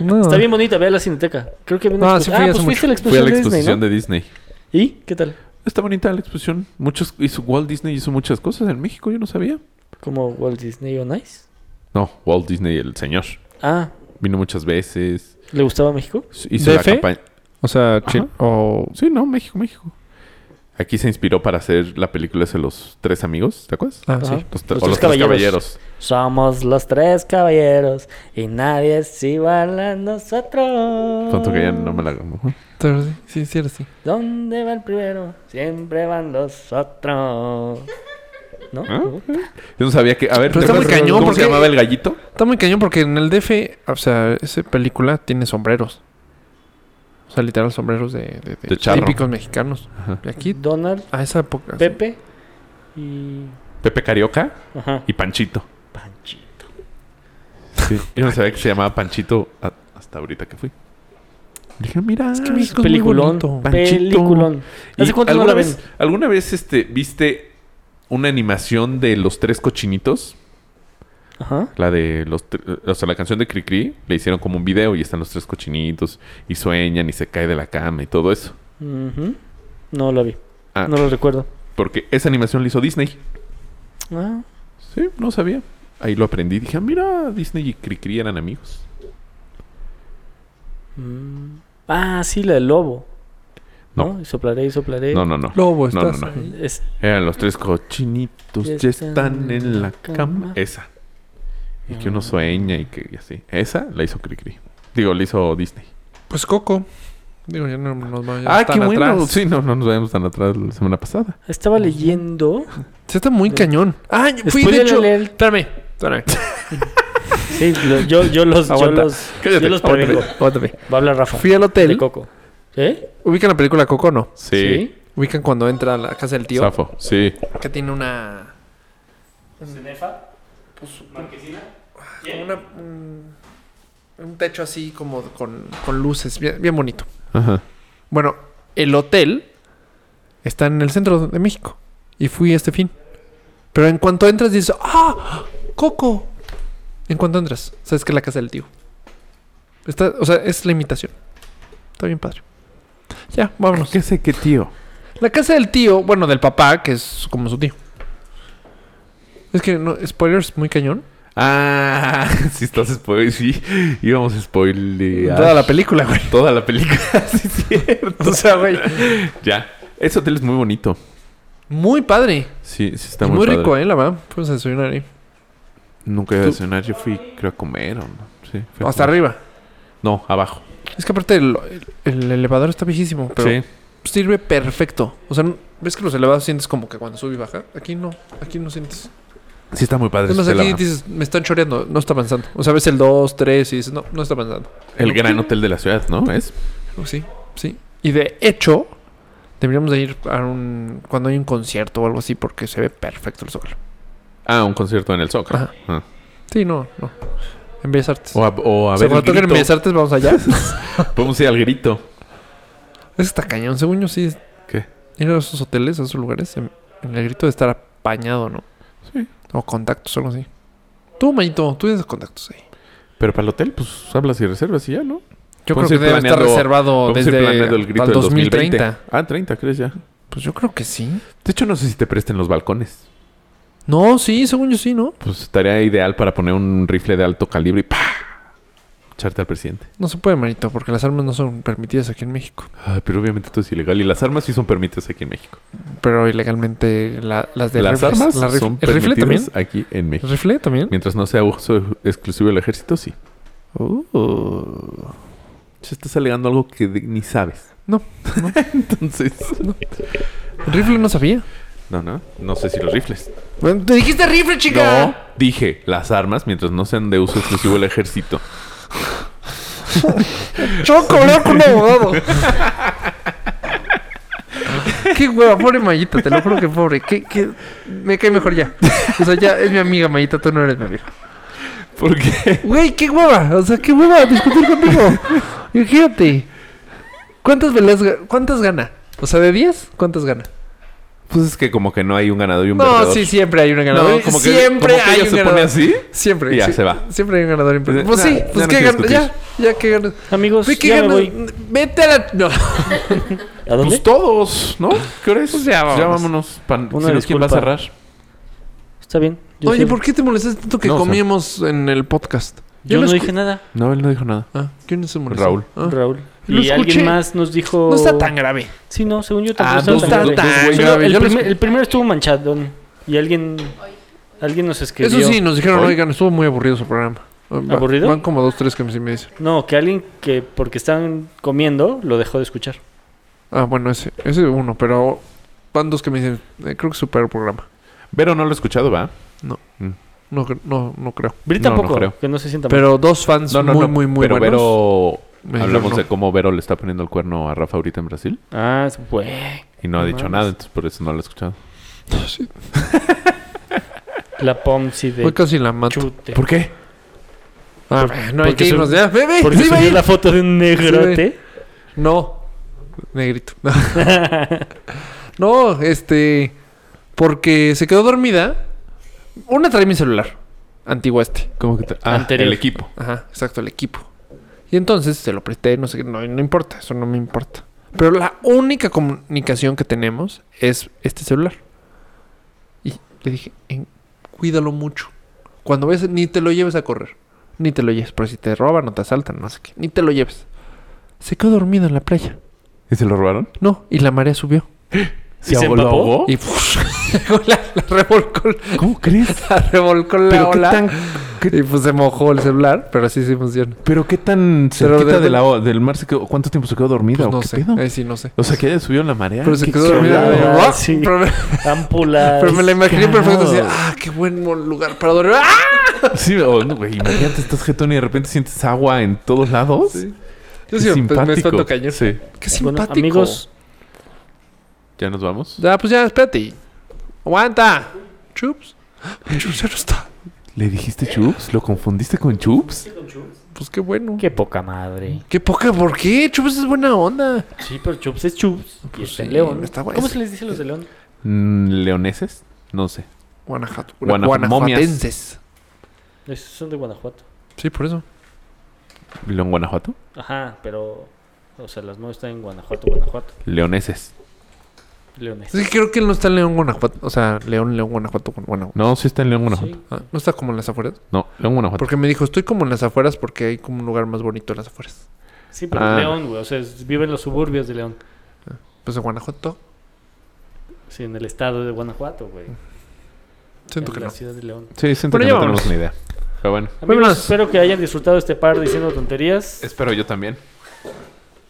No.
Está bien bonita, ve a la Cineteca. Creo que viene
Ah,
una
sí
expo-
fui
ah,
hace
pues fuiste a la
Fui a
exposición,
la
de Disney,
exposición
¿no?
de Disney.
¿Y qué tal?
Está bonita la exposición. Muchos hizo Walt Disney hizo muchas cosas en México, yo no sabía.
¿Como Walt Disney on Ice?
No, Walt Disney, el señor.
Ah,
Vino muchas veces.
¿le gustaba México?
Hizo la
¿DF?
campaña.
O sea, chill.
Ajá.
O
Sí, no, México, México. Aquí se inspiró para hacer la película de los tres amigos, ¿te acuerdas?
Ah,
Ajá.
sí.
Los, tre-
Los
o
Tres
los
Caballeros.
tres caballeros.
Somos los tres caballeros y nadie es igual a nosotros.
Tanto que ya no me la Ujú.
Pero sí, sí, sí, era así.
¿Dónde va el primero? Siempre van los otros. ¿No?
¿Ah? Yo no sabía que. A ver, ¿te
Pero está muy
acuerdas
cañón,
¿cómo
porque-
se llamaba el gallito?
Está muy cañón porque en el DF, o sea, esa película tiene sombreros. O sea, literal sombreros de, de, de
De charro.
típicos mexicanos.
Ajá.
Y aquí,
Donald,
Ah,
a esa época. sí.
Pepe y.
Pepe Carioca
Ajá.
y Panchito.
Panchi.
Yo no sabía que se llamaba Panchito a- hasta ahorita que fui. Dije, mira,
Es que México es muy
Peliculón.
bonito.
Panchito.
Peliculón.
¿Y
¿Hace cuánto no
alguna
la ven?
vez, ¿Alguna vez este, viste una animación de los tres cochinitos?
Ajá.
La de los tre- o sea, la canción de Cricri le hicieron como un video y están los tres cochinitos y sueñan y se cae de la cama y todo eso.
Ujú. Mm-hmm. No la vi.
Ah,
No lo recuerdo.
porque esa animación la hizo Disney.
Ah,
Sí, no sabía. Ahí lo aprendí. Dije, "Ah, mira, Disney y Cricri eran amigos.
mm. Ah, sí, la del lobo.
No.
Y soplaré y soplaré.
No, no, no.
Lobo,
No,
estás
no, no.
ahí.
Es-
Eran los tres cochinitos, ya están en la cama. Ah. Esa. Y que uno sueña y que y así. Esa la hizo Cricri. Digo, la hizo Disney.
Pues Coco. Digo, ya no nos vayamos
ah,
tan
qué bueno.
atrás.
Sí, no, no nos vayamos tan atrás la semana pasada.
Estaba leyendo.
Sí, está muy cañón. Ah, yo fui
Después
de
de
hecho.
leer-
Espérame, espérame.
Sí, lo- yo, yo los, yo
Aguanta.
los,
Cállate,
yo los
aguanta.
prevengo.
Aguántame.
Va a hablar Rafa.
Fui al
de
hotel.
Coco. ¿Eh?
¿Ubican la película Coco o no?
Sí.
Ubican cuando entra a la casa del tío.
Safo, sí.
Que tiene una. Pues, Una, un, un techo así como con, con luces. Bien, bien bonito.
Ajá.
Bueno, el hotel está en el centro de México. Y fui este fin. Pero en cuanto entras dices, ¡ah! ¡Coco! En cuanto entras, sabes que es la casa del tío. Está, o sea, es la imitación. Está bien padre. Ya, vámonos.
¿Qué sé qué tío?
La casa del tío, bueno, del papá, que es como su tío. Es que, no, spoilers, muy cañón.
Ah, si estás spoiler, sí. Íbamos a spoilear.
Toda la película, güey.
Toda la película, sí es cierto.
O sea, güey.
ya. Ese hotel es muy bonito.
Muy padre.
Sí, sí está
Y
muy,
muy
padre.
rico, ¿eh? La verdad. Fuimos a desayunar ahí.
Nunca iba a
Tú-
desayunar. Yo fui, creo, a comer o no. Sí, fui a
Hasta
comer.
arriba.
No, abajo.
Es que aparte el, el- el elevador está viejísimo, pero
sí.
sirve perfecto. O sea, ves que los elevados sientes como que cuando sube y baja. Aquí no, aquí no sientes.
Sí está muy padre.
Además,
ese hotel,
aquí
la verdad.
dices, me están choreando, no está avanzando. O sea, ves el 2, 3 y dices, no, no está avanzando.
El gran hotel de la ciudad, ¿no? ¿Es?
Oh, Sí, sí. Y de hecho, deberíamos de ir a un... cuando hay un concierto o algo así porque se ve perfecto el sol.
Ah, un concierto en el Zócalo.
Ajá.
Ah.
Sí, no, no. En Bellas Artes.
O a, o a
Se
ver el
que en
grito.
Bellas Artes vamos allá.
Podemos ir al grito.
es Pues está cañón, según yo sí.
¿Qué?
Ir a esos hoteles, a esos lugares, en, en el grito de estar apañado, ¿no?
Sí.
O contactos, algo así. Tú, Mayito, tú tienes contactos ahí.
Pero para el hotel, pues hablas y reservas y ya, ¿no?
Yo creo
Podemos
que
ir
debe estar
planeando-
reservado
Podemos ir
desde
planeando el grito
al
del
2030.
2020. Ah, 30, ¿crees ya?
Pues yo creo que sí.
De hecho, no sé si te presten los balcones.
No, sí, según yo sí, ¿no?
Pues estaría ideal para poner un rifle de alto calibre y ¡pa! Echarte al presidente.
No se puede, Mayito, porque las armas no son permitidas aquí en México.
Ay, Ah, pero obviamente esto es ilegal. Y las armas sí son permitidas aquí en México.
Pero ilegalmente la- las de
las
rifles-
armas
la rif-
son
¿El rifle también?
permitidas aquí en
¿El
México.
rifle también?
Mientras no sea uso exclusivo del ejército, sí. Se Oh. estás alegando algo que de- ni sabes.
No,
Entonces...
¿El rifle no sabía?
No, no. No sé si los rifles.
Bueno, ¡Te dijiste rifle,
No,
chica!
dije las armas mientras no sean de uso exclusivo del ejército.
¡Choco, hablar con un abogado! Qué hueva, pobre Mayita, te lo juro que pobre. Qué, qué- Me cae mejor ya. O sea, ya es mi amiga Mayita, tú no eres mi amigo.
¿Por qué?
Güey, qué hueva. O sea, qué hueva discutir contigo. Imagínate. ¿Cuántas peleas ga- cuántas gana? O sea, de 10, ¿cuántas gana?
Pues es que como que no hay un ganador y un
No,
perdedor.
sí, siempre hay un ganador.
No, como que-
siempre
como que
hay
ella
un
se pone
ganador.
así.
Siempre.
y ya
sí,
se va.
Siempre hay un ganador. y un perdedor. Pues
Nah,
sí,
ya
pues
no
qué
quiero
ganas. Ya,
discutir.
ya que ganas.
Amigos,
Güey, ¿qué
ya me
ganas?
voy.
Vete a la. No.
¿A dónde?
Pues todos, ¿no? ¿Qué hora es?
Pues ya vámonos.
pan-
Una
si no, ¿quién va
disculpa.
a cerrar?
Está bien. Yo
Oye,
sé-
¿por qué te molestas tanto que
No, o sea-
comíamos en el podcast?
Yo
lo
no
escu-
dije nada,
No, él no dijo nada.
Ah, ¿quién se molestó?
Raúl.
Ah.
Raúl.
Lo
Y
escuché.
alguien más nos dijo...
No está tan grave.
Sí, no, según yo
Ah,
tampoco
no
estaba grave.
está tan
Solo
grave,
el,
yo lo
primer-
escu-
el primero estuvo manchadón y alguien alguien nos escribió.
Eso sí, nos dijeron,
Hoy.
oigan, estuvo muy aburrido su programa. Ah, va-
¿Aburrido?
Van como dos, tres que sí me dicen.
No, que alguien que porque estaban comiendo lo dejó de escuchar.
Ah, bueno, ese, ese uno, pero van dos que me dicen, eh, creo que super programa.
Vero no lo he escuchado, ¿va?
No, cre- no, no creo.
Brit
No, no
tampoco,
creo.
que no se sienta mal.
Pero dos fans
No, no,
muy,
no.
muy, muy
Pero
buenos. me
Vero...
dijeron
Hablamos
no.
de cómo Vero le está poniendo el cuerno a Rafa ahorita en Brasil.
Ah, es- güey.
Y no ha
No
dicho
mames.
nada, entonces por eso no lo he escuchado.
Sí,
La Pomsi de
Hoy casi la mato.
chute.
¿Por qué?
Ah,
Por-
no hay
porque
que irnos
soy-
ya. Ve, ve,
Porque
sí, va a
subió
ir.
la foto de un negrote.
No, negrito. no, este. Porque se quedó dormida. Una trae mi celular. Antiguo este.
¿Cómo que te... Ah,
Anterior.
el equipo.
Ajá, exacto, el equipo. Y entonces se lo presté, no sé qué, no, no importa, eso no me importa. Pero la única comunicación que tenemos es este celular. Y le dije, "En- cuídalo mucho. Cuando ves, ni te lo lleves a correr. Ni te lo lleves, pero si te roban o te asaltan, no sé qué, ni te lo lleves. Se quedó dormido en la playa.
¿Y se lo robaron?
No, y la marea subió.
¿Y se
ahogó-
empapó?
lo ahogó?
Y la, la revolcó,
¿Cómo crees?
la revolcó la
¿Pero qué,
ola.
tan,
Y pues se mojó el celular, pero así sí funciona.
¿Pero qué tan
Pero
cerquita
de-
de la o- del mar se quedó? ¿Cuánto tiempo se quedó dormida?
Pues
o
no
qué
sé,
pedo?
ahí sí no sé.
O sea, que ella subió en la marea.
Pero se
Qué
quedó
dormida,
dormida.
cagado.
güey.
Ah,
Sí.
pero, me,
Ámpulas.
pero me la imaginé
cagado.
perfecto. Así, ah, qué buen mo- lugar para dormir. ¡Ah!
Sí, o no, güey, imagínate, estás jetón y de repente sientes agua en todos lados.
Sí.
Qué
Yo sí, pues, me
simpático.
espanto cañón.
Sí.
Qué
Bueno,
simpático.
amigos,
¿Ya nos vamos?
Ya, pues ya, espérate. Aguanta. Chups. Chups ya no está.
¿Le dijiste Chups? ¿Lo confundiste con Chups?
Pues qué bueno. Qué,
qué poca
Mm.
madre.
poca, ¿por qué? Chups es buena onda.
Sí, pero Chups es Chups. y
Pues
está en
sí,
León.
está guay.
¿Cómo se les dice a los de León?
Mm, ¿Leoneses? No sé.
Guanajuato.
Guana-
Guanajuatenses.
Esos son de Guanajuato.
Sí, por eso.
¿León Guanajuato?
Ajá, pero... O sea, las nueve están en Guanajuato, Guanajuato.
Leoneses.
Leones.
Sí, creo que él no está en León, Guanajuato. O sea, León, León, Guanajuato. Con Guanajuato.
No, sí está en León Guanajuato.
Sí.
Ah, no está como en las afueras.
No, León Guanajuato.
Porque me dijo, estoy como en las afueras porque hay como un lugar más bonito en las afueras.
Sí, pero
Ah.
León, güey. O sea, es- vive en los suburbios de León.
Pues en Guanajuato,
Sí, en el estado de Guanajuato, güey.
siento
en
que
la
no.
ciudad de León.
Sí, siento
Bueno,
que
ya
no
vámonos.
tenemos ni idea. Pero bueno,
Amigos,
Vámonos.
espero que hayan disfrutado este par diciendo tonterías.
espero yo también.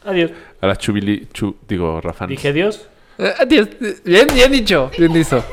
Adiós.
A la Chubili... Chu, digo, Rafa.
Dije adiós.
Eh, adiós. Bien, bien eh, dicho. Bien dicho.